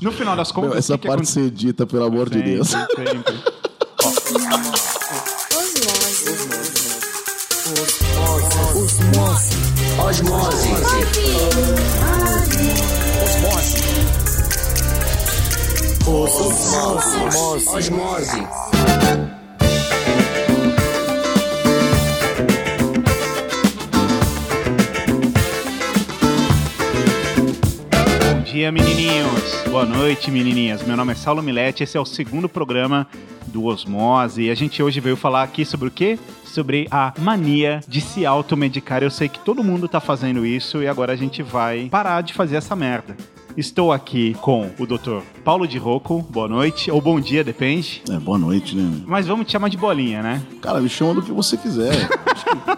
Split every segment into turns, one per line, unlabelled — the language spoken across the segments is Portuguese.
No final das contas,
Meu, essa
o que que
parte se edita, pelo amor de Deus.
acontece? Sempre, sempre.
Osmose.
Bom dia, menininhos. Boa noite, menininhas. Meu nome é Saulo Milete, esse é o segundo programa do Osmose. E a gente hoje veio falar aqui sobre o quê? Sobre a mania de se automedicar. Eu sei que todo mundo tá fazendo isso e agora a gente vai parar de fazer essa merda. Estou aqui com o Dr. Paulo de Rocco. Boa noite, ou bom dia, depende.
É, boa noite, né?
Mas vamos te chamar de bolinha, né?
Cara, me chama do que você quiser. Acho que, pô,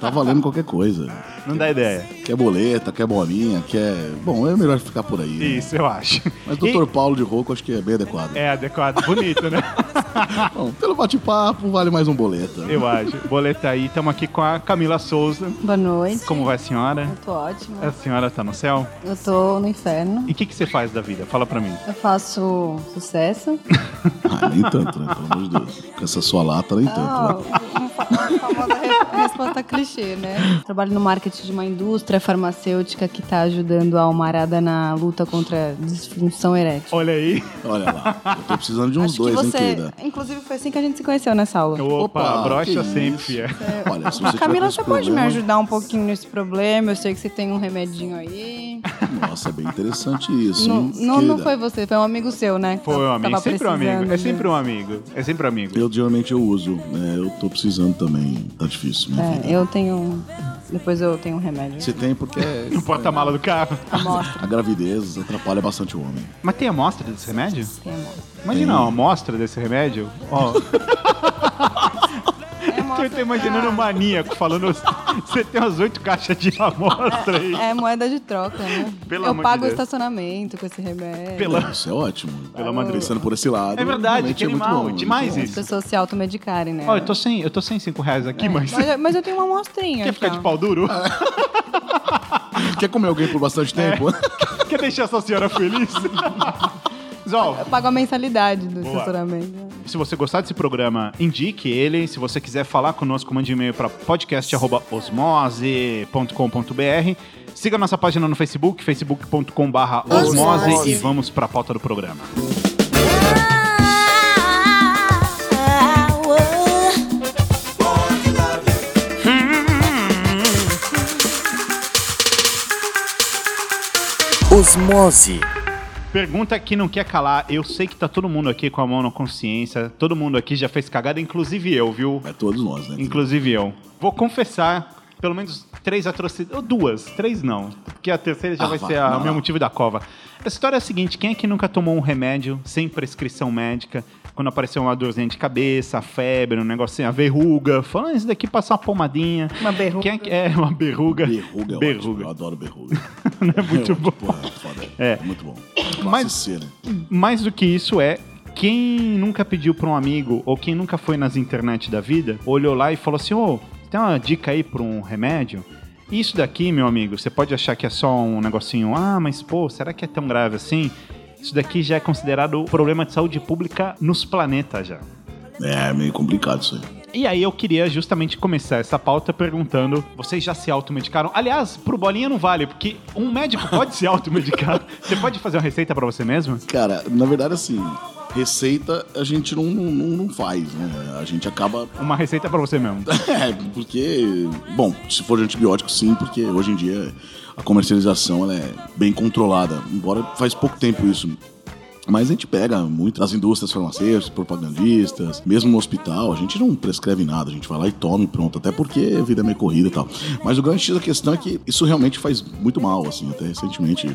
tá valendo qualquer coisa.
Não dá ideia.
Quer boleta, quer bolinha, quer. Bom, é melhor ficar por aí. né?
Isso, eu acho.
Mas Dr. Paulo de Rocco acho que é bem adequado.
E é adequado, bonito, né?
Bom, pelo bate-papo, vale mais um boleta.
Eu acho. Boleta aí, estamos aqui com a Camila Souza.
Boa noite.
Como vai a senhora?
Eu tô ótima.
A senhora tá no céu?
Eu tô no inferno.
E o que, que você faz da vida? Fala pra mim.
Eu faço sucesso.
Ah, nem tanto, né? Pelo amor de Deus. Com essa sua lata, nem
Ah,
tanto. Né?
uma fa- uma famosa re- resposta clichê, né? Trabalho no marketing de uma indústria farmacêutica que tá ajudando a Almarada na luta contra a disfunção erétil.
Olha aí.
Olha lá. Eu tô precisando de uns
Acho
Um, dois,
que
hein,
você...
querida?
Inclusive, foi assim que a gente se conheceu nessa aula.
Opa,
que
brocha
isso.
sempre. é.
Olha, se você tiver
Camila,
com esse
você pode me
problema-
ajudar um pouquinho nesse problema? Eu sei que você tem um remedinho aí.
Nossa, é bem interessante isso,
Não,
hein,
não, não
querida?
foi você, foi um amigo seu, né?
Foi um amigo.
Tava
Sempre um amigo. É
precisando
sempre
de-
um amigo. É sempre um amigo.
Eu geralmente eu uso, né? Eu tô precisando também. Tá difícil, minha vida.
É, eu tenho. um- Depois eu tenho um remédio.
Você tem porque é-
No porta-mala do carro.
Amostra,
a gravidez atrapalha bastante o homem.
Mas tem amostra desse remédio?
tem amostra.
Imagina uma amostra desse remédio. Ó,
É amostra
eu tô imaginando um maníaco falando. Você tem umas oito caixas de amostra aí.
pra- É moeda de troca, né?
Pelo
eu
amor de
pago o
Deus.
estacionamento com esse remédio.
Pela-
Não, isso é ótimo.
Pela amor de Deus.
Pensando por esse lado.
É verdade,
realmente
que
muito
animal,
muito
demais
bom. Então,
As
isso.
pessoas se automedicarem, né?
Ó, eu tô sem, eu tô sem cinco reais aqui, mas.
mas, eu- mas eu tenho uma amostrinha.
Quer
aqui,
ficar de
ó.
pau duro?
Quer comer alguém por bastante
É.
tempo?
Quer deixar essa senhora feliz? Zol,
Eu pago a mensalidade do
Boa.
estacionamento.
se você gostar desse programa, indique ele. Se você quiser falar conosco, mande e-mail para podcast.osmose.com.br. Siga nossa página no Facebook, facebook.com.br osmose e vamos para a pauta do programa.
Osmose.
Pergunta que não quer calar. Eu sei que tá todo mundo aqui com a mão na consciência. Todo mundo aqui já fez cagada, inclusive eu, viu?
É todos nós, né?
Inclusive eu. Vou confessar pelo menos três atrocidades. Ou duas, três não. Porque a terceira já
Ah,
vai
vá,
ser a-
não,
o meu
não.
motivo da cova. A história é a seguinte: quem é que nunca tomou um remédio sem prescrição médica? Quando apareceu uma dorzinha de cabeça, a febre, um negocinho, a verruga. Falando isso daqui, passar uma pomadinha.
Uma berruga.
Quem é, que- é, uma berruga.
Berruga é ótimo. Eu adoro berruga.
Não é muito
É
bom.
ótimo, Porra, foda.
É.
Muito bom.
Mas-
Mas... C, né?
Mais do que isso é quem nunca pediu pra um amigo ou quem nunca foi nas internet da vida, olhou lá e falou assim: "Ô, tem uma dica aí pra um remédio?" Isso daqui, meu amigo, você pode achar que é só um negocinho, ah, mas pô, será que é tão grave assim? Isso daqui já é considerado problema de saúde pública nos planetas já.
É, meio complicado isso aí.
E aí eu queria justamente começar essa pauta perguntando: vocês já se automedicaram? Aliás, pro bolinha não vale, porque um médico pode se automedicar. Você pode fazer uma receita pra você mesmo?
Cara, na verdade, assim, receita a gente não, não, não faz, né? A gente acaba
Uma receita pra você mesmo.
É, porque, bom, se for de antibiótico, sim, porque hoje em dia a comercialização ela é bem controlada, embora faz pouco tempo isso. Mas a gente pega muito das indústrias farmacêuticas, propagandistas, mesmo no hospital, a gente não prescreve nada, a gente vai lá e toma e pronto, até porque a vida é meio corrida e tal. Mas o grande X da questão é que isso realmente faz muito mal, assim, até recentemente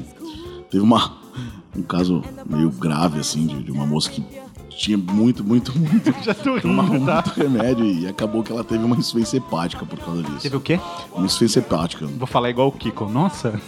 teve uma, um caso meio grave, assim, de, de uma moça que tinha muito, muito, muito
Já tô
tomava
rindo, tá?
muito remédio e acabou que ela teve uma insuficiência hepática por causa disso.
Teve o quê?
Uma insuficiência hepática.
Vou falar igual o Kiko. Nossa,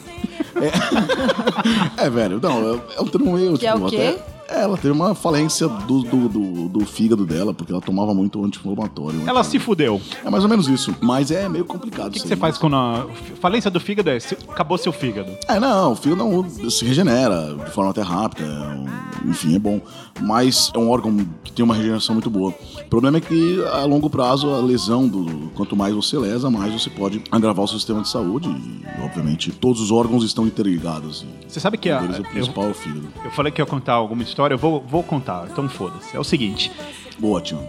É, velho, não, é, é um termo meio,
Que é o quê?
até- É, ela teve uma falência do, do, do, do fígado dela, porque ela tomava muito anti-inflamatório.
Ela se fudeu. O
É mais ou menos isso, mas é meio complicado
que, que
isso
você
aí.
faz quando a falência do fígado é se- acabou seu fígado?
É, não, o fígado não- se regenera de forma até rápida, é um- enfim, é bom. Mas é um órgão que tem uma regeneração muito boa. O problema é que a longo prazo a lesão, do, quanto mais você lesa, mais você pode agravar o seu sistema de saúde. E, obviamente, todos os órgãos estão interligados. E
Você sabe que
um
a,
deles é o
eu,
principal é o fígado.
eu falei que ia contar alguma história, eu vou, vou contar, então foda-se. É o seguinte,
Boa, tio.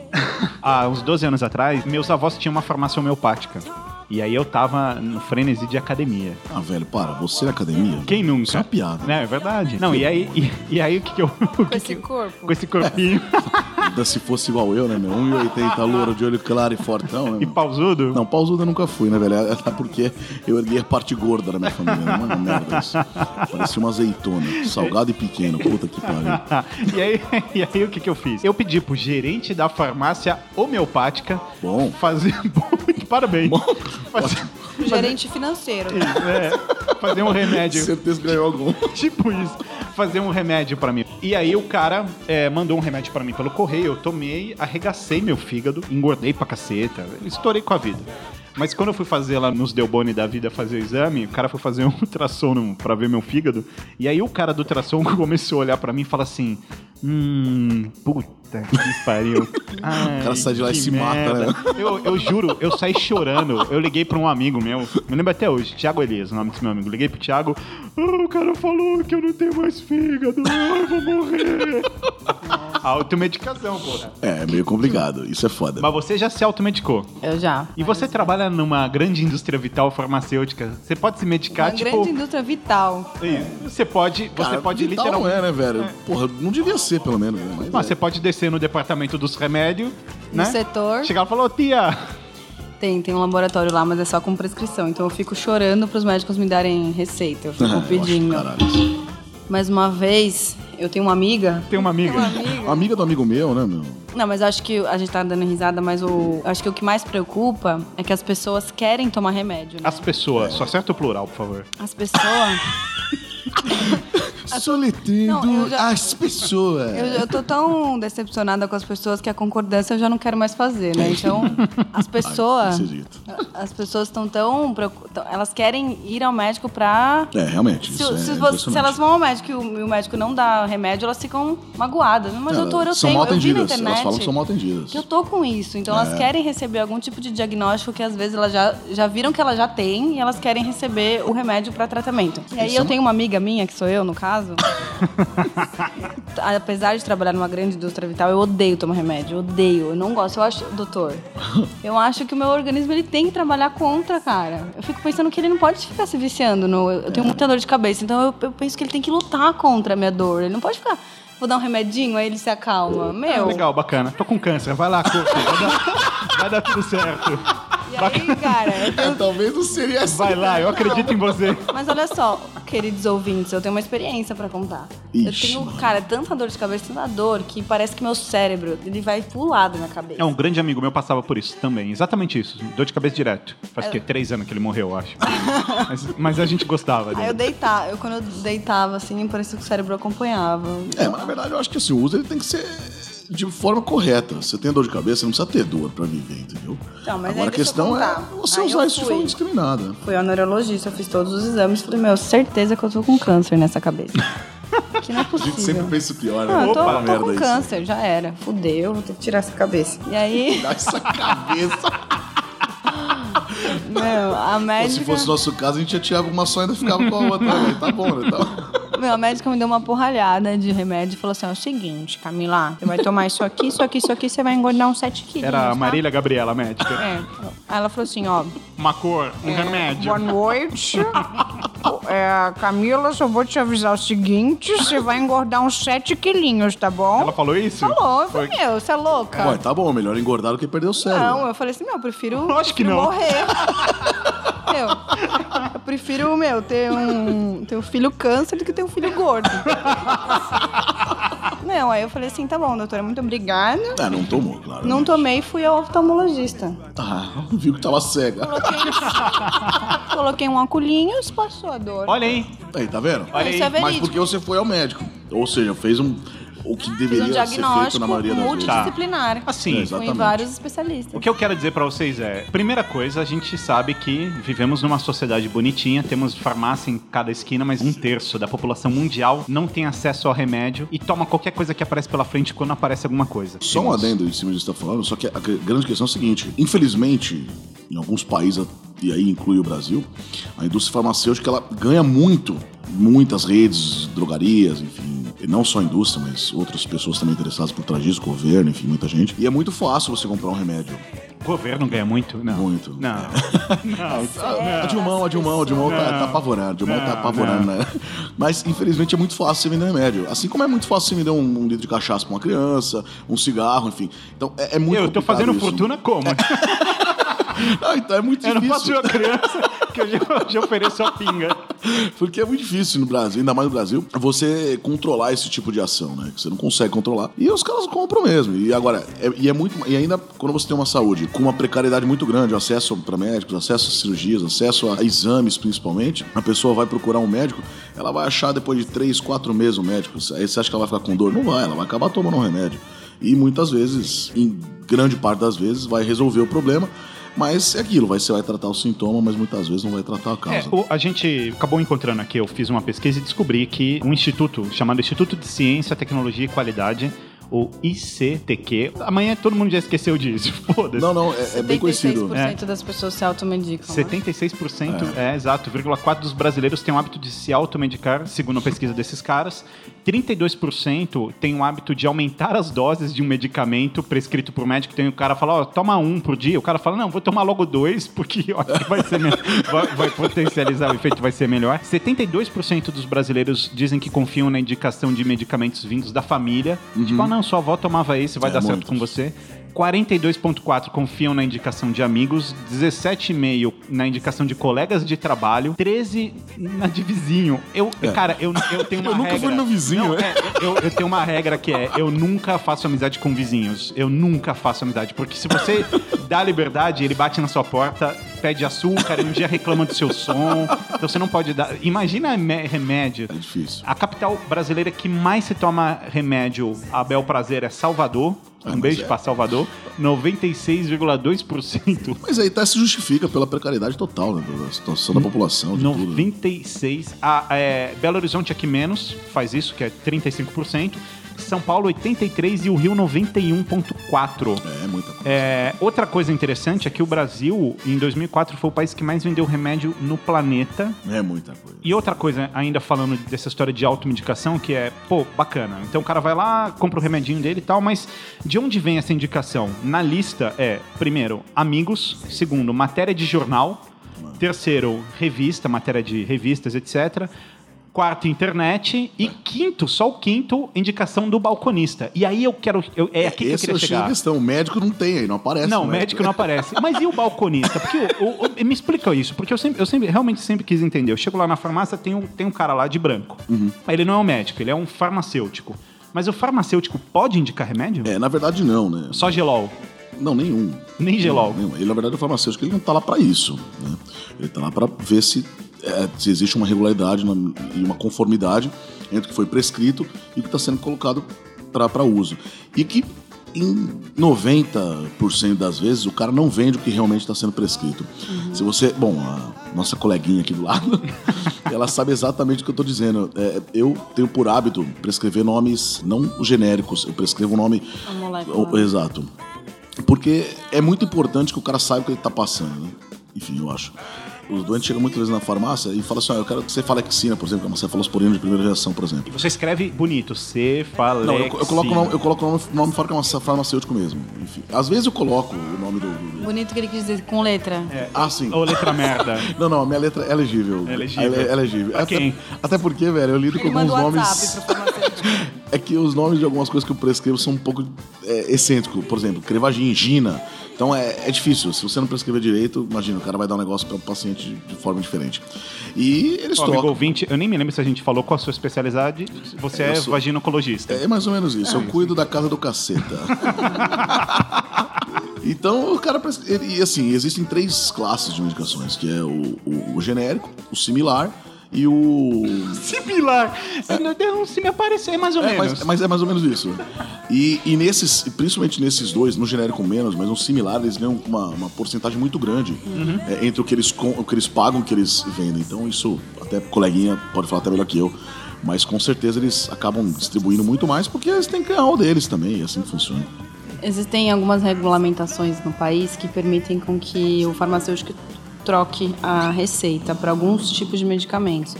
há uns 12 anos atrás, meus avós tinham uma farmácia homeopática. E aí eu tava no frenesi de academia.
Ah, velho, para, você na academia?
Quem nunca?
Isso é uma piada.
Né, é verdade. Não, e aí, e, e aí o que que eu... o
Com
que que
esse
eu-
corpo.
com esse corpinho
Ainda se fosse igual eu, né, meu? 1,80 louro de olho claro e fortão, né?
e
meu?
pausudo...
Não, pausuda eu nunca fui, né, velho? Até porque eu erguei a parte gorda da minha família. Era uma merda isso. Parecia uma azeitona. Salgado e pequeno. Puta que pariu.
Tá. e, aí, e aí o que, que eu fiz? Eu pedi pro gerente da farmácia homeopática
Bom.
fazer. Bom, parabéns! fazer,
Gerente financeiro.
é, fazer um remédio.
Certeza que ganhou algum.
Tipo isso, fazer um remédio pra mim. E aí o cara é, mandou um remédio pra mim pelo correio, eu tomei, arregacei meu fígado, engordei pra caceta, estourei com a vida. Mas quando eu fui fazer lá nos Delbone da vida fazer o exame, o cara foi fazer um ultrassom pra ver meu fígado, e aí o cara do ultrassom começou a olhar pra mim e falar assim: Hum, puta que pariu. Ai,
O cara sai de lá e
que
se mata,
merda.
né?
Eu, eu juro, eu saí chorando. Eu liguei pra um amigo meu, me lembro até hoje, Thiago Elias, o nome desse meu amigo. Liguei pro Thiago, "Ah, o cara falou que eu não tenho mais fígado, ah, eu vou morrer. Automedicação, porra.
É, meio complicado. Isso é foda.
Mas você já se automedicou.
Eu já.
E você trabalha numa grande indústria vital farmacêutica. Você pode se medicar,
É Uma
tipo.
grande indústria vital.
Isso. Você pode.
Cara,
você pode
vital
literalmente.
Não é, né, velho? Porra, não devia ser, pelo menos. Né? Mas,
Mas
é.
você pode descer no departamento dos remédios, né?
No setor.
Chegar e falar, ô tia,
Tem, tem um laboratório lá, mas é só com prescrição. Então eu fico chorando pros médicos me darem receita. Eu
Ah,
fico
eu acho do
pedindo.
caralho.
Mas uma vez, eu tenho uma amiga.
tem uma amiga.
Amiga do amigo meu, né, meu?
Não, mas eu acho que a gente tá dando risada, mas o. Acho que o que mais preocupa é que as pessoas querem tomar remédio, né?
As pessoas, só certo o plural, por favor.
As pessoas. Não,
Soletando
eu já-
as pessoas.
Eu, eu tô tão decepcionada com as pessoas que a concordância eu já não quero mais fazer, né? Então,
Ah,
as pessoas.
Ai, esquisito.
As pessoas estão tão. preocu- tão- Elas querem ir ao médico pra.
É, realmente.
Se,
isso é
se vo-
impressionante.
se elas vão ao médico e o, e o médico não dá remédio, elas ficam magoadas.
Elas
Mas, doutor, eu
são
tenho.
mal
Eu vi na
atendidas.
internet.
Elas falam que são mal atendidas.
que eu tô com isso. Então
É.
elas querem receber algum tipo de diagnóstico que às vezes elas já, já viram que elas já têm e elas querem receber o remédio pra tratamento. E aí
Isso é
eu
uma-
tenho uma amiga minha, que sou eu no caso. Apesar de trabalhar numa grande indústria vital, eu odeio tomar remédio. Eu odeio. Eu não gosto. Eu acho. Doutor, eu acho que o meu organismo ele tem que trabalhar contra, cara. Eu fico pensando que ele não pode ficar se viciando. No... Eu
É.
tenho muita dor de cabeça. Então eu, eu penso que ele tem que lutar contra a minha dor. Ele não pode ficar. Vou dar um remedinho, aí ele se acalma.
É,
Meu.
Legal, bacana. Tô com câncer, vai lá, curta. Vai dar, vai dar tudo certo.
E aí, cara, eu tenho
É, talvez não seria assim.
Vai lá, eu acredito em você.
Mas olha só, queridos ouvintes, eu tenho uma experiência pra contar. eu
Ixi,
tenho,
mano.
cara, tanta dor de cabeça, tanta dor, que parece que meu cérebro, ele vai pular da minha cabeça.
É, um grande amigo meu passava por isso também. Exatamente isso. Dor de cabeça direto. Faz o quê? Três anos que ele morreu, eu acho. Mas, mas a gente gostava
Aí eu
dele.
deitava, eu quando eu deitava assim, parecia que o cérebro acompanhava.
É, mas na verdade eu acho que assim, o uso ele tem que ser de forma correta. Você tem dor de cabeça, você não precisa ter dor pra viver, entendeu?
Não, Então,
Agora
mas aí
a
deixa eu
questão é
contar.
você
Aí
usar
eu
isso de
fui.
forma discriminada.
Fui ao neurologista, eu fiz todos os exames, falei, meu, certeza que eu tô com câncer nessa cabeça. que não é
A
possível.
gente sempre pensa o pior, né?
Não, Ah, eu tô, um
Opa,
tô
merda
com
isso.
câncer, já era. Fudeu, vou ter que tirar essa cabeça. E aí,
Dá essa cabeça.
meu, a
Pô,
médica...
Se fosse nosso caso, a gente ia tirar uma só e ainda ficava com a outra. né? Tá bom, né? Tá...
Meu, a médica me deu uma porralhada de remédio e falou assim: ó, é o seguinte, Camila, você vai tomar isso aqui, isso aqui, isso aqui, você vai engordar uns 7 quilos.
Era a
tá?
Marília Gabriela, médica.
É. Aí ela falou assim, ó.
Uma cor, um remédio.
Boa noite. É, Camila, só vou te avisar o seguinte: você vai engordar uns 7 quilinhos, tá bom?
Ela falou isso?
Falou, eu
Foi-
falei, meu, você é louca?
Ué, tá bom, melhor engordar do que perder o cérebro.
Não, eu falei assim, meu, eu prefiro,
Lógico que
prefiro
não.
morrer. meu, eu prefiro, meu, ter um, ter um filho câncer do que ter um filho gordo. não, aí eu falei assim, tá bom, doutora, muito obrigada.
Ah, não tomou, claro.
Não tomei, fui ao oftalmologista.
Ah, viu que tava cega.
Coloquei um óculinho, passou a dor.
Olha aí.
Aí, tá vendo?
Olha aí.
Isso é
Mas
verídico.
porque você foi ao médico. Ou seja, fez um. o que
Fiz
deveria
um
ser feito
diagnóstico
na maioria das vezes.
multidisciplinar.
Assim,
É,
com
exatamente.
vários especialistas.
O que eu quero dizer pra vocês é, primeira coisa, a gente sabe que vivemos numa sociedade bonitinha, temos farmácia em cada esquina, mas um terço da população mundial não tem acesso ao remédio e toma qualquer coisa que aparece pela frente quando aparece alguma coisa.
Só um
Temos-
adendo em cima disso que você tá falando, só que a gr- grande questão é o seguinte: infelizmente, em alguns países, e aí inclui o Brasil, a indústria farmacêutica ela ganha muito, muitas redes, drogarias, enfim. e Não só a indústria, mas outras pessoas também interessadas por trás disso, governo, enfim, muita gente. E é muito fácil você comprar um remédio.
O governo ganha muito? Não.
Muito.
Não.
Ah, A Dilmão, a Dilmão, a Dilmão tá, tá apavorando. A Dilmão
É, Não,
tá apavorando, né? Mas, infelizmente, é muito fácil você vender um remédio. Assim como é muito fácil você vender um, um litro de cachaça pra uma criança, um cigarro, enfim. Então, é, é muito
eu tô
complicado
fazendo
isso.
fortuna como?
Ah, então é muito
Eu
É difícil.
não faço uma criança que eu já, eu já ofereço a pinga.
Porque é muito difícil no Brasil, ainda mais no Brasil, você controlar esse tipo de ação, né? Que você não consegue controlar. E os caras compram mesmo. E agora, é- e é muito. E ainda quando você tem uma saúde com uma precariedade muito grande, o acesso para médicos, acesso a cirurgias, acesso a exames principalmente, a pessoa vai procurar um médico, ela vai achar depois de três, quatro meses um médico. Aí você acha que ela vai ficar com dor? Não vai, ela vai acabar tomando um remédio. E muitas vezes, em grande parte das vezes, vai resolver o problema. Mas é aquilo, vai, você vai tratar o sintoma, mas muitas vezes não vai tratar a
É,
causa.
o- a gente acabou encontrando aqui, eu fiz uma pesquisa e descobri que um instituto chamado Instituto de Ciência, Tecnologia e Qualidade, ou ICTQ, amanhã todo mundo já esqueceu disso, foda-se.
Não, não, é, é bem conhecido. É.
76% das pessoas se automedicam. né?
76% é, exato, 0,4% dos brasileiros têm o hábito de se automedicar, segundo a pesquisa desses caras. 32% tem o hábito de aumentar as doses de um medicamento prescrito por médico. Tem o cara fala, ó, toma um por dia. O cara fala, não, vou tomar logo dois, porque eu acho que vai ser melhor. vai, vai potencializar o efeito, vai ser melhor. 72% dos brasileiros dizem que confiam na indicação de medicamentos vindos da família. Tipo, ah, não, sua avó tomava esse, vai
É,
dar certo
muitos.
com você. 42,4% confiam na indicação de amigos, 17,5% na indicação de colegas de trabalho, 13% na de vizinho. Eu, Cara, eu, eu tenho uma
É. Eu nunca
regra.
fui no vizinho,
Não,
né?
é, eu, eu tenho uma regra que é: eu nunca faço amizade com vizinhos. Eu nunca faço amizade. Porque se você dá liberdade, ele bate na sua porta, pede açúcar, e um dia reclama do seu som. Então você não pode dar. Imagina me- remédio.
É difícil.
A capital brasileira que mais se toma remédio a bel prazer é Salvador.
Ah,
Um
mas
beijo
é.
pra Salvador. 96,2%.
Mas aí tá se justifica pela precariedade total, né? Da situação da população, de tudo. né?
96. A, é, Belo Horizonte aqui menos faz isso, que é 35%. São Paulo 83 e um o Rio 91,4.
É, muita coisa.
É, outra coisa interessante é que o Brasil, em 2004, foi o país que mais vendeu remédio no planeta.
É, muita coisa.
E outra coisa, ainda falando dessa história de automedicação, que é, pô, bacana. Então o cara vai lá, compra o remedinho dele e tal, mas de onde vem essa indicação? Na lista é, primeiro, amigos, segundo, matéria de jornal, terceiro, revista, matéria de revistas, etc. Quarto, internet.
É.
E quinto, só o quinto, indicação do balconista. E aí eu quero. eu- é aqui que eu
Esse
queria
eu achei a
chegar.
questão. O médico não tem aí, não aparece. né?
Não,
o
médico não aparece. Mas e o balconista? Porque o- o- o- me explica isso, porque eu sempre, eu sempre- realmente sempre quis entender. Eu chego lá na farmácia, tem um, tem um cara lá de branco.
Uhum.
Mas ele não é um médico, ele é um farmacêutico. Mas o farmacêutico pode indicar remédio?
É, na verdade não, né?
Só gelol.
Não, nenhum.
Nem gelol.
Não, nenhum. Ele, na verdade, é farmacêutico, ele não tá lá pra isso, né? Ele tá lá pra ver se, é, se existe uma regularidade na- e uma conformidade entre o que foi prescrito e o que está sendo colocado pra pra uso. E que em 90% das vezes o cara não vende o que realmente está sendo prescrito. Se você, bom, a nossa coleguinha aqui do lado, ela sabe exatamente o que eu tô dizendo. É, eu tenho por hábito prescrever nomes não genéricos, eu prescrevo o nome
A molécula.
o- Exato. Porque é muito importante que o cara saiba o que ele tá passando, né? Enfim, eu acho. Os doentes chegam muitas vezes na farmácia e falam assim: ó, eu quero que você fale quicina, por exemplo, que é uma cefalosporina de primeira reação, por exemplo.
Você escreve bonito, cefalexina.
Não, eu, eu coloco o nome, eu coloco o nome, nome fora que é uma ce- farmacêutico mesmo. Enfim, às vezes eu coloco o nome do. do- do-
Bonito que ele quis dizer, com letra.
Ah, sim.
Ou letra merda.
Não, não, a minha letra é legível.
É legível.
É, é legível.
Pra
Até-
quem?
Até porque, velho, eu lido
Ele
com
manda
alguns
o
nomes.
WhatsApp pro farmacêutico.
É que os nomes de algumas coisas que eu prescrevo são um pouco é, excêntricos. Por exemplo, crevagem, gina. Então é, é difícil. Se você não prescrever direito, imagina, o cara vai dar um negócio para o paciente de, de forma diferente. E eles
Ó, amigo
trocam.
ouvinte, eu nem me lembro se a gente falou qual a sua especialidade. Você é,
Eu sou-
vaginocologista.
É mais ou menos isso. eu cuido da casa do caceta. então o cara. pres- ele- E assim, existem três classes de medicações: que é o, o- o genérico, o similar e o.
Similar. Se não- não se me aparecer, mais ou
É,
menos.
mas, mas é mais ou menos isso. E, e nesses, principalmente nesses dois, no genérico menos, mas no similar, eles ganham uma, uma porcentagem muito grande é, entre o que, eles, com- o que eles pagam e o que eles vendem. Então isso, até coleguinha pode falar até melhor que eu. Mas com certeza eles acabam distribuindo muito mais porque eles têm que ganhar o deles também, e assim funciona.
Existem algumas regulamentações no país que permitem com que o farmacêutico troque a receita para alguns tipos de medicamentos.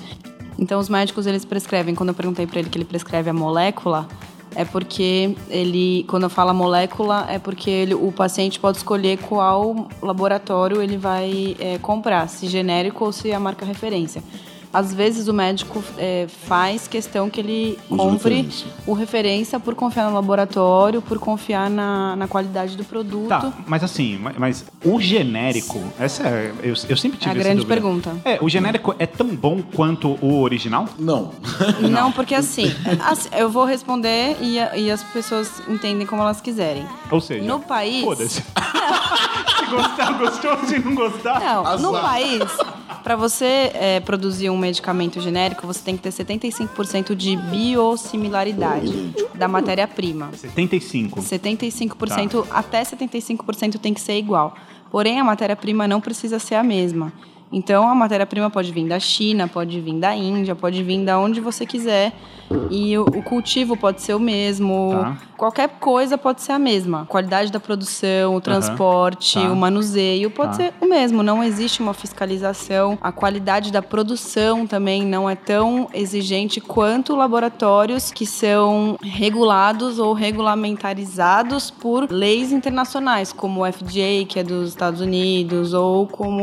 Então os médicos eles prescrevem. Quando eu perguntei para ele que ele prescreve a molécula, é porque ele, quando eu falo molécula, é porque ele- o paciente pode escolher qual laboratório ele vai eh, comprar, se genérico ou se é a marca referência. Às vezes o médico eh, faz questão que ele
Usa
compre
referência.
o referência por confiar no laboratório, por confiar na, na qualidade do produto.
Tá, mas assim, ma- mas o genérico, essa é, eu, eu sempre tive
É
essa
a grande
dúvida.
pergunta.
É, o genérico é tão bom quanto o original?
Não.
Não, porque assim, assim, eu vou responder e, a- e as pessoas entendem como elas quiserem.
Ou seja,
No país.
foda-se. se gostar, gostou, se não gostar.
Não, no
Azar.
país, para você é, produzir um medicamento genérico, você tem que ter 75% de biosimilaridade da matéria-prima.
75.
75%,
Tá.
até 75% tem que ser igual. Porém, a matéria-prima não precisa ser a mesma. Então, a matéria-prima pode vir da China, pode vir da Índia, pode vir da onde você quiser. E o, o cultivo pode ser o mesmo.
Tá.
Qualquer coisa pode ser a mesma. A qualidade da produção, o transporte,
Tá.
o manuseio pode
Tá.
ser o mesmo. Não existe uma fiscalização. A qualidade da produção também não é tão exigente quanto laboratórios que são regulados ou regulamentarizados por leis internacionais, como o FDA, que é dos Estados Unidos, ou como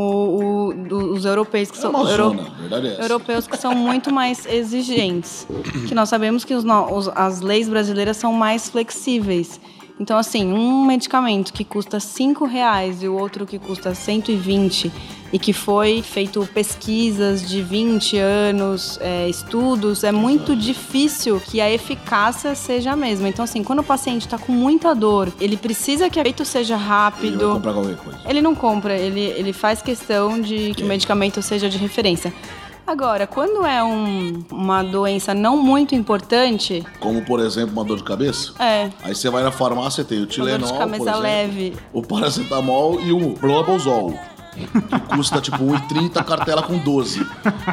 o- do- os europeus, que
É
são
uma
euro-
zona, a verdade é essa.
europeus que são muito mais exigentes. Que nós sabemos que os no- os- as leis brasileiras são mais flexíveis. Então, assim, um medicamento que custa 5 reais e o outro que custa 120 e que foi feito pesquisas de 20 anos, é, estudos, é muito difícil que a eficácia seja a mesma. Então, assim, quando o paciente está com muita dor, ele precisa que o efeito seja
Ele vai
rápido.
comprar qualquer coisa.
Ele não compra, ele, ele faz questão de que o medicamento seja de referência. Agora, quando é um- uma doença não muito importante,
Como, por exemplo, uma dor de cabeça.
é.
Aí você vai na farmácia e tem o
Uma dor
Tilenol,
de
por
cabeça
exemplo,
leve.
o paracetamol e o Globazol. Que custa tipo 1,30 a cartela com 12.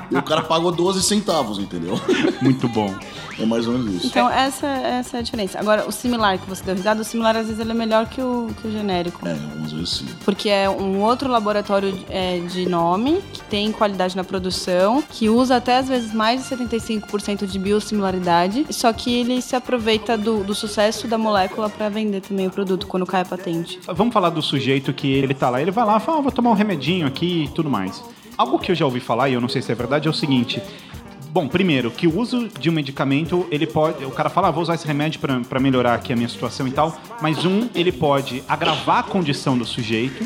E o cara pagou 12 centavos, entendeu?
Muito bom.
É mais ou menos isso.
Então, essa, essa é a diferença. Agora, o similar que você deu risada, o similar às vezes ele é melhor que o, que o genérico.
É, algumas vezes sim.
Porque é um outro laboratório é, de nome, que tem qualidade na produção, que usa até às vezes mais de 75% de biosimilaridade, só que ele se aproveita do, do sucesso da molécula para vender também o produto quando cai a patente.
Vamos falar do sujeito que ele tá lá, ele vai lá, fala, ah, vou tomar um remedinho aqui e tudo mais. Algo que eu já ouvi falar, e eu não sei se é verdade, é o seguinte. Bom, primeiro, que o uso de um medicamento, ele pode. O cara fala, ah, vou usar esse remédio pra pra melhorar aqui a minha situação e tal. Mas um, ele pode agravar a condição do sujeito,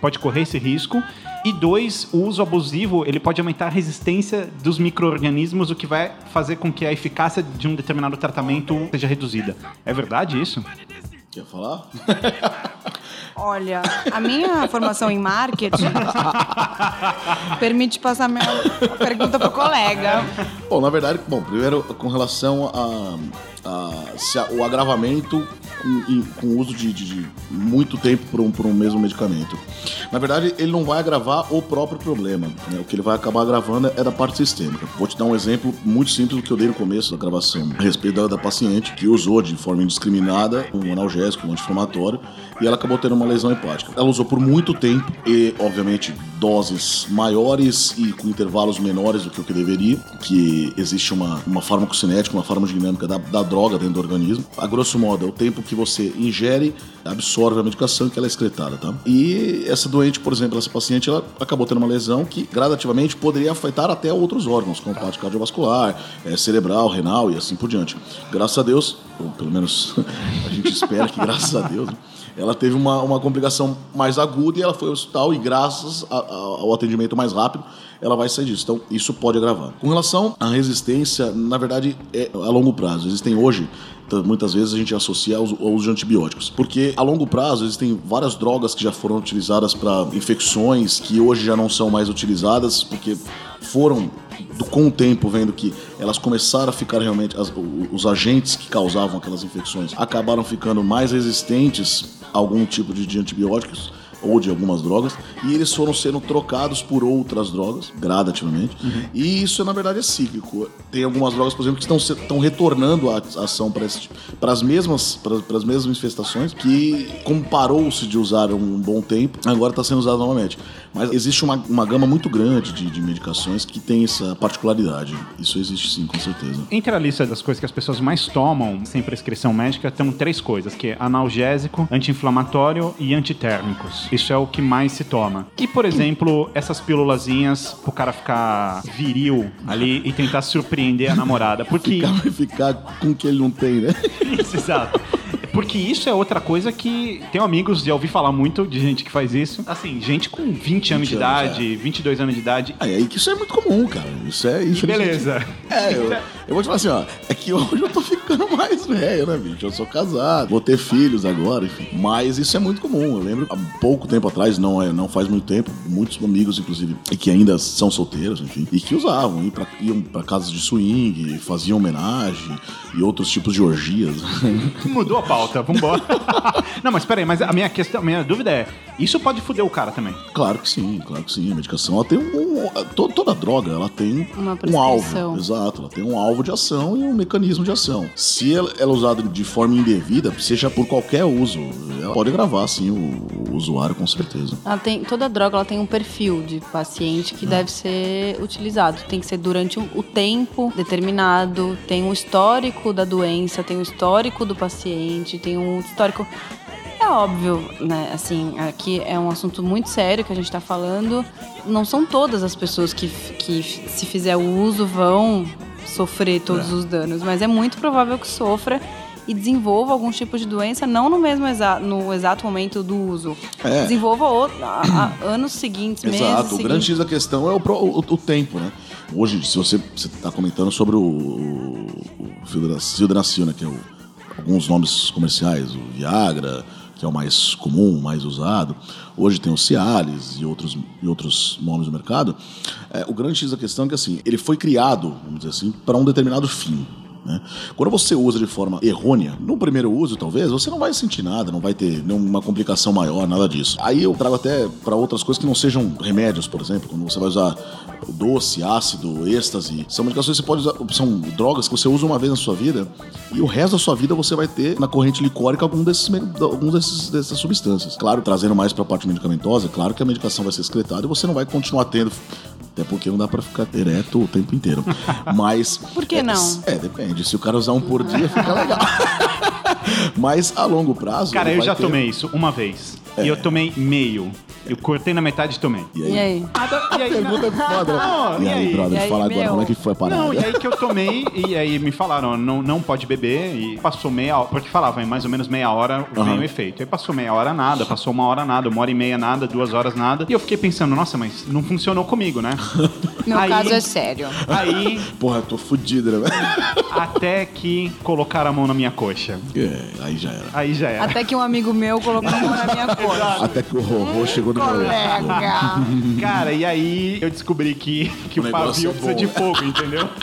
pode correr esse risco. E dois, o uso abusivo, ele pode aumentar a resistência dos micro-organismos, o que vai fazer com que a eficácia de um determinado tratamento seja reduzida. É verdade isso?
Quer falar?
Olha, a minha formação em marketing permite passar minha pergunta pro colega.
Bom, na verdade, bom, primeiro com relação a, a- se a- o agravamento com, em- com o uso de, de- de muito tempo por um, por um mesmo medicamento. Na verdade, ele não vai agravar o próprio problema. né? O que ele vai acabar agravando é da parte sistêmica. Vou te dar um exemplo muito simples do que eu dei no começo da gravação, a respeito da, da paciente que usou de forma indiscriminada um analgésico, um anti-inflamatório, e ela acabou tendo uma lesão hepática. Ela usou por muito tempo e, obviamente, doses maiores e com intervalos menores do que o que deveria, que existe uma, uma farmacocinética, uma farmacodinâmica da, da droga dentro do organismo. A grosso modo, é o tempo que você ingere, absorve a medicação e que ela é excretada, tá? E essa doente, por exemplo, essa paciente, ela acabou tendo uma lesão que gradativamente poderia afetar até outros órgãos, como parte cardiovascular, eh, cerebral, renal e assim por diante. Graças a Deus, ou pelo menos a gente espera que graças a Deus, né? ela teve uma, uma complicação mais aguda e ela foi ao hospital e graças a- a- ao atendimento mais rápido ela vai sair disso. Então isso pode agravar. Com relação à resistência, na verdade é a longo prazo. Existem hoje então, muitas vezes a gente associa ao ao uso de antibióticos, porque a longo prazo existem várias drogas que já foram utilizadas para infecções que hoje já não são mais utilizadas porque foram do- com o tempo vendo que elas começaram a ficar realmente. as- o- os agentes que causavam aquelas infecções acabaram ficando mais resistentes a algum tipo de, de antibióticos ou de algumas drogas, e eles foram sendo trocados por outras drogas, gradativamente. E isso, na verdade, é cíclico. Tem algumas drogas, por exemplo, que estão, se- estão retornando à à ação para as mesmas, pra- pras mesmas infestações, que como parou-se de usar um bom tempo, agora está sendo usado novamente. Mas existe uma, uma gama muito grande de, de medicações que tem essa particularidade. Isso existe sim, com certeza.
Entre a lista das coisas que as pessoas mais tomam sem prescrição médica, estão três coisas, que é analgésico, anti-inflamatório e antitérmicos. Isso é o que mais se toma. E, por exemplo, essas pílulazinhas pro cara ficar viril ali e tentar surpreender a namorada. Porque...
Ficar, ficar com o que ele não tem, né?
Isso, exato. Porque isso é outra coisa que tenho amigos, já ouvi falar muito de gente que faz isso. Assim, gente com 20, anos de
20 anos, é.
idade, 22 anos de idade.
Ah, é que isso é muito comum, cara. Isso é isso.
Beleza.
É, eu, eu vou te falar assim, ó. É que hoje eu tô ficando mais velho, né, bicho? Eu sou casado, vou ter filhos agora, enfim. Mas isso é muito comum. Eu lembro há pouco tempo atrás, não, é, não faz muito tempo, muitos amigos, inclusive, e que ainda são solteiros, enfim, e que usavam, iam pra, iam pra casas de swing, faziam homenagem e outros tipos de orgias. né?
Mudou a pauta, vambora. Não, mas peraí, mas a minha questão, a minha dúvida é: isso pode foder o cara também.
Claro que sim, claro que sim. A medicação ela tem um. um- to- toda droga ela tem
Uma
um
prescrição.
alvo. Exato, ela tem um alvo de ação e um mecanismo de ação. Se ela, ela é usada de forma indevida, seja por qualquer uso, ela pode agravar sim o, o usuário com certeza.
Ela tem, toda droga ela tem um perfil de paciente que deve ser utilizado. Tem que ser durante um- o tempo determinado, tem um histórico da doença, tem um histórico do paciente, tem um histórico. É óbvio, né? Assim, aqui é um assunto muito sério que a gente tá falando. Não são todas as pessoas que, f- que f- se fizer o uso vão sofrer todos os danos, mas é muito provável que sofra e desenvolva algum tipo de doença, não no mesmo exa no exato momento do uso,
É.
desenvolva o- a- a- anos seguintes, meses
Exato, o
seguintes.
grande X da questão é o, pro- o- o tempo, né? Hoje, se você está comentando sobre o, o, o Fildra- Sildenafil, né, que é o, alguns nomes comerciais, o Viagra, que é o mais comum, o mais usado. Hoje tem o Cialis e outros, e outros nomes do mercado. É, o grande X da questão é que assim, ele foi criado, vamos dizer assim, para um determinado fim. né? Quando você usa de forma errônea, no primeiro uso, talvez, você não vai sentir nada, não vai ter nenhuma complicação maior, nada disso. Aí eu trago até para outras coisas que não sejam remédios, por exemplo, quando você vai usar doce, ácido, êxtase. São medicações que você pode usar, são drogas que você usa uma vez na sua vida e o resto da sua vida você vai ter na corrente licórica algum desses, me- algum desses dessas substâncias. Claro, trazendo mais para a parte medicamentosa, é claro que a medicação vai ser excretada e você não vai continuar tendo. Até porque não dá para ficar ereto o tempo inteiro. Mas.
Por que
é,
não?
é, depende. Se o cara usar um por dia, fica legal. Mas a longo prazo.
Cara,
ele
eu
vai
já
ter- É.
tomei isso uma vez. E eu tomei meio. Eu cortei na metade e tomei.
E aí?
Ah, tá. E aí,
Pergunta é foda.
Não,
né? e,
e
aí,
aí?
brother,
E aí,
fala agora
meu?
como é que foi a parada.
Não, e aí que eu tomei, e aí me falaram, ó, não, não pode beber, e passou meia hora, porque falava, em mais ou menos meia hora vem
Aham.
o efeito. Aí passou meia hora nada, passou uma hora nada, uma hora e meia nada, duas horas nada. E eu fiquei pensando, nossa, mas não funcionou comigo, né?
Meu
Aí-
caso é sério.
Aí,
Porra, eu tô fudido, né?
até que colocaram a mão na minha coxa.
É, aí já era.
Aí já era.
Até que um amigo meu colocou a mão na minha coxa.
Até que o robô chegou no meu lado.
Colega.
Cara, e aí eu descobri que, que
Uhum. O
o, pavio
negócio é
precisa
bom.
de fogo, entendeu?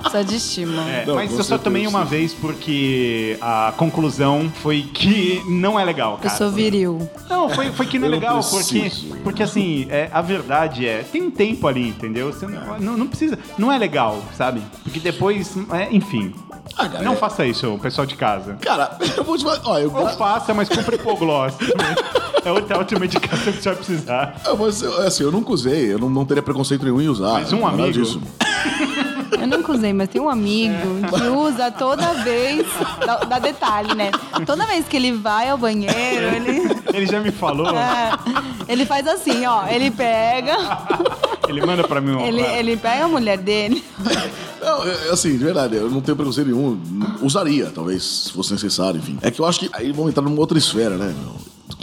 Precisa de estímulo.
É,
Não,
mas
com
eu só
certeza.
tomei uma vez porque a conclusão foi que não é legal,
Eu
cara.
sou viril.
Não, foi, foi que não é
Eu
legal, porque,
preciso.
porque assim, é, a verdade é, tem um tempo ali, entendeu? Você não, não, não precisa, não é legal, sabe? Porque depois, é, enfim.
Ah, cara,
não
é-
faça isso, pessoal de casa.
Cara, eu vou te falar. Ó, eu,
Ou faça, mas compre Pogloss. também. é outra automedicação que você vai precisar.
eu, vou- assim, eu nunca usei, eu não, não teria preconceito nenhum em usar.
Mas um
nada
amigo?
disso.
Eu nunca usei, mas tem um amigo que usa toda vez. Dá, dá detalhe, né? Toda vez que ele vai ao banheiro, ele.
Ele já me falou,
é, ele faz assim, ó. Ele pega.
ele manda pra mim. um-
Ele, ele pega a mulher dele.
Não, eu- eu, assim, de verdade, eu não tenho preconceito nenhum. Usaria, talvez, se fosse necessário, enfim. É que eu acho que aí vamos entrar numa outra esfera, né, meu?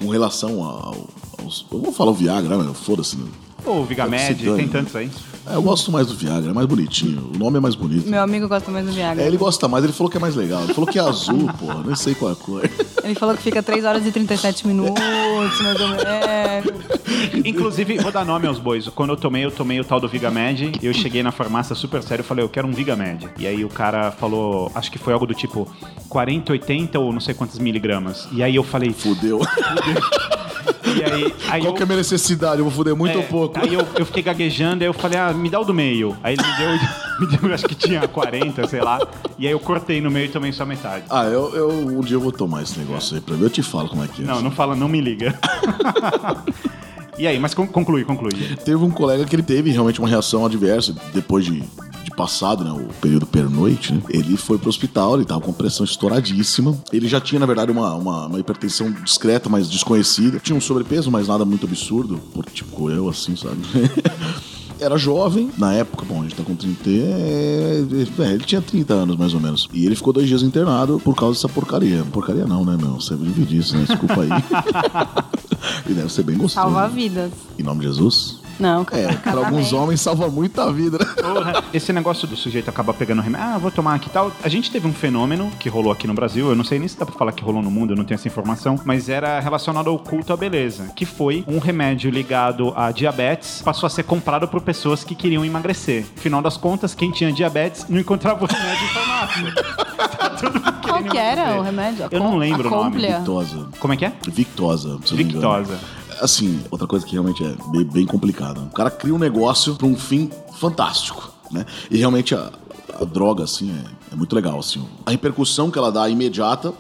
Com relação ao. aos- eu vou falar o Viagra, né, meu? Foda-se. né?
Pô, o Vigamed,
Se dane.
tem tantos aí.
É, eu gosto mais do Viagra, é mais bonitinho. O nome é mais bonito.
Meu amigo gosta mais do Viagra.
É, ele gosta mais, ele falou que é mais legal. Ele falou que é azul, porra, nem sei qual é a cor.
Ele falou que fica 3 horas e 37 minutos. minutos, mais ou menos. É,
Inclusive, vou dar nome aos bois. Quando eu tomei, eu tomei o tal do Vigamed. Eu cheguei na farmácia super sério e falei, eu quero um Vigamed. E aí o cara falou, acho que foi algo do tipo 40, 80 ou não sei quantas miligramas. E aí eu falei,
Fudeu.
e aí, aí
Qual
eu-
que é a minha necessidade? Eu vou fuder muito
É,
ou pouco?
Aí eu, eu fiquei gaguejando, aí eu falei, ah, me dá o do meio. Aí ele me deu, me deu, acho que tinha 40, sei lá. E aí eu cortei no meio e tomei só metade.
Ah, eu, eu um dia eu vou tomar esse negócio aí pra ver. Eu te falo como é que é.
Não, não fala, não me liga. e aí, mas con- conclui, conclui.
Teve um colega que ele teve realmente uma reação adversa depois de, de passado, né? O período pernoite, né? Ele foi pro hospital, ele tava com pressão estouradíssima. Ele já tinha, na verdade, uma, uma, uma hipertensão discreta, mas desconhecida. Tinha um sobrepeso, mas nada muito absurdo. Por, tipo, eu assim, sabe? Era jovem, na época, bom, a gente tá com 30. É, é, ele tinha 30 anos, mais ou menos. E ele ficou dois dias internado por causa dessa porcaria. Porcaria não, né, meu? Você vive disso, né? Desculpa aí. e deve ser bem gostoso.
salva
né?
vidas.
Em nome de Jesus?
Não, cara.
É, pra alguns homens salva muita vida, né?
Porra, Esse negócio do sujeito acabar pegando remédio, ah, vou tomar aqui e tal. A gente teve um fenômeno que rolou aqui no Brasil, eu não sei nem se dá pra falar que rolou no mundo, eu não tenho essa informação, mas era relacionado ao culto à beleza, que foi um remédio ligado a diabetes, passou a ser comprado por pessoas que queriam emagrecer. Final das contas, quem tinha diabetes não encontrava o remédio em farmácia. Tá todo mundo
Qual
querendo
que era
emagrecer.
o remédio? A
Eu não
com-
lembro
a
o nome.
Complia?
Victosa.
Como é que é?
Victosa, se eu não me engano.
Victosa.
Assim, outra coisa que realmente é bem, bem complicada. O cara cria um negócio pra um fim fantástico, né? E realmente a, a droga, assim, é, é muito legal, assim. A repercussão que ela dá é imediata,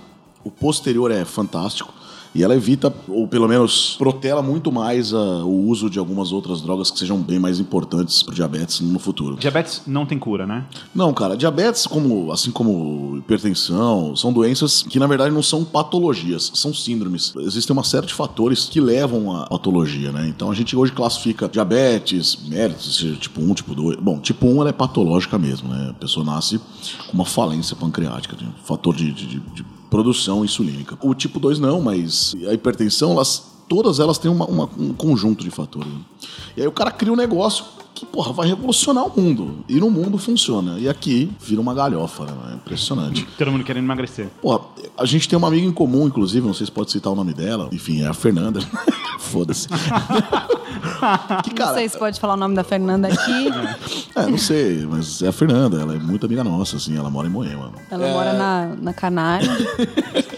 o posterior é fantástico. E ela evita, ou pelo menos protela muito mais ah, o uso de algumas outras drogas que sejam bem mais importantes pro diabetes no futuro.
Diabetes não tem cura, né?
Não, cara, diabetes, como, assim como hipertensão, são doenças que, na verdade, não são patologias, são síndromes. Existem uma série de fatores que levam à patologia, né? Então a gente hoje classifica diabetes, méritos, seja tipo 1, tipo 2. Bom, tipo 1 ela é patológica mesmo, né? A pessoa nasce com uma falência pancreática, de um fator de, de- de- de produção insulínica. O tipo 2 não, mas a hipertensão, elas. Todas elas têm uma- uma- um conjunto de fatores. né? E aí o cara cria um negócio que, porra, vai revolucionar o mundo. E no mundo funciona. E aqui vira uma galhofa, né? É impressionante.
Todo mundo querendo emagrecer.
Porra, a gente tem uma amiga em comum, inclusive, não sei se pode citar o nome dela. Enfim, é a Fernanda. Foda-se. que,
Não
cara,
sei se pode falar o nome da Fernanda aqui.
é, não sei, mas é a Fernanda. Ela é muito amiga nossa, assim. Ela mora em Moema.
Ela mora na, na Canária.
É.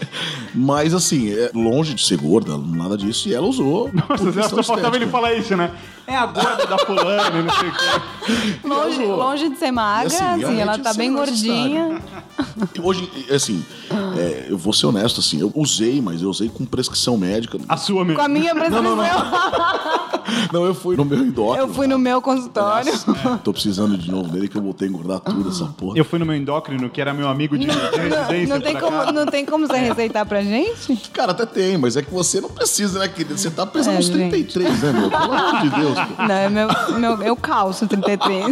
Mas, assim, é longe de ser gorda, nada disso. E ela usou. por
Nossa, é
questão
suportável ele
estética.
falar isso, né? É a gorda da fulana, não sei o quê.
Longe, longe de ser magra,
E assim,
assim,
realmente
ela tá
isso
bem
é
gordinha.
Hoje, assim, é, eu vou ser honesto, assim. Eu usei, mas eu usei com prescrição médica.
A sua mesmo.
Com a minha prescrição,
Não, eu fui no meu endócrino.
eu fui no meu consultório.
Aliás, É, Tô precisando de novo dele que eu voltei a engordar tudo essa porra.
Ah. Eu fui no meu endócrino, que era meu amigo de, de residência.
Não tem,
pra
como,
cá.
não tem
É.
como você receitar pra gente?
Cara, até tem, mas é que você não precisa, né, querida? Você tá pesando
É,
uns
gente.
33, né, meu? Pelo amor de Deus, pô.
Não, é meu, meu, eu calço 33.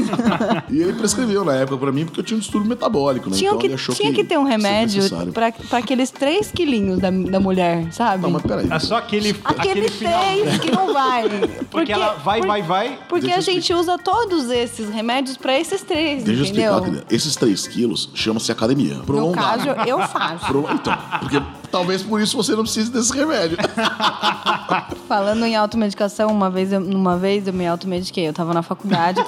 E ele prescreveu na época pra mim porque eu tinha um distúrbio metabólico, né?
Tinha,
então
que,
então ele achou
tinha que ter um
seria
remédio
necessário.
pra, pra aqueles 3 quilinhos da, da mulher, sabe?
Não, mas peraí.
É só aquele, aquele,
Aquele
final.
três que não vai.
Porque ela vai, vai, vai.
Porque
Deixa
a
eu
gente usa todos esses remédios pra esses três,
Deixa eu
entendeu?
explicar, querida. Esses 3 quilos chama-se academia.
No
Prolongado.
caso, eu faço.
Pro- Então, porque talvez por isso você não precise desse remédio.
Falando em automedicação, uma vez eu, uma vez eu me automediquei. Eu tava na faculdade,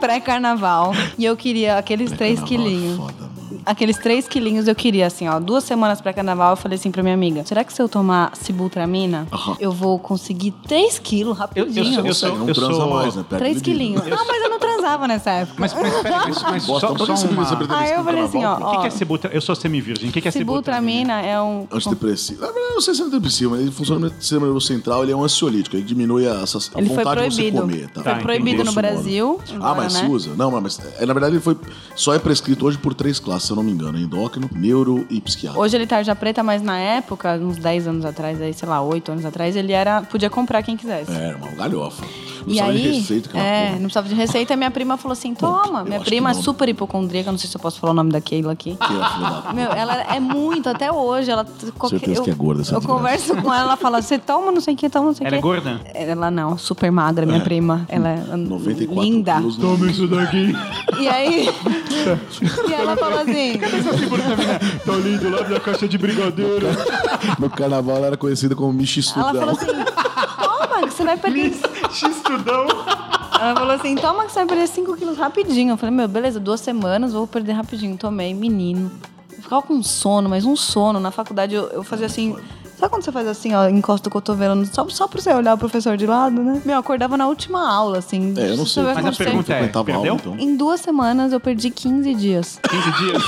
pré-carnaval, e eu queria aqueles três
Carnaval é
quilinhos.
Foda, mano.
Aqueles três quilinhos eu queria, assim, ó. Duas semanas pré-carnaval, eu falei assim pra minha amiga: será que se eu tomar cibutramina,
Aham.
eu vou conseguir três
Eu, eu,
quilos rapidinho?
sou- eu
Você
sou.
não
Eu
transa
sou...
mais, né? Pega
Três
o dedinho.
quilinhos. Não, mas eu não transava nessa época.
Mas, mas peraí, mas, mas
Bosta,
só,
por que
só
um você
uma...
precisa
O
saber
Aí eu
desse
falei assim, ó.
carnaval, pô?
que, que é
ó
cibutra? Eu sou semivirgem. O que, que é cibutra?
Cibutramina é um.
Antidepressivo. Na verdade, eu não sei se é antidepressivo, mas ele funciona no sistema nervoso central, ele é um ansiolítico, ele diminui a, essa- a
Ele foi
vontade de você
proibido.
comer. Tá?
Foi
Tá,
proibido
entendi.
no Brasil,
ah,
agora,
mas
né?
se usa? Não, mas é, na verdade ele foi. Só é prescrito hoje por três classes, se eu não me engano: endócrino, neuro e psiquiatra.
Hoje ele tá já preta, mas na época, uns 10 anos atrás, aí, sei lá, 8 anos atrás, ele era. Podia comprar quem quisesse.
É, irmão, galhofa.
e
É, precisava
aí,
de receita, aquela
é,
porra.
não precisava de receita. E minha prima falou assim: toma.
eu
minha
acho que
prima é
não.
super hipocondríaca, não sei se eu posso falar o nome daquilo aqui.
Que é, filha da puta.
Meu, ela é muito, até hoje. Ela, qualquer-
Certeza
eu,
que é gorda essa
Eu
desgraça.
converso com ela, ela fala: você toma não sei o que, toma não sei o
Ela
que.
é gorda?
Ela não, super magra, minha prima. Ela é
94
linda.
quilos. né? não-
Toma isso daqui.
E aí. e ela falou assim.
Tá lindo lá minha caixa de brigadeiro.
No carnaval ela era conhecida como
Ela falou
Michistudão.
assim: toma, que você vai perder.
X-tudão.
Ela falou assim: toma, que você vai perder 5 quilos rapidinho. Eu falei: meu, beleza, duas semanas, vou perder rapidinho. Tomei, menino. Eu ficava com sono, mas um sono. Na faculdade eu, eu fazia assim. Sabe quando você faz assim, ó, encosta o cotovelo, no- só, só pra você olhar o professor de lado, né? Meu, eu acordava na última aula, assim.
É, eu não sei.
Você vai
Mas a
acontecer.
pergunta é,
Frequentava aula,
perdeu?
então.
Em duas semanas eu perdi 15 dias.
15 dias.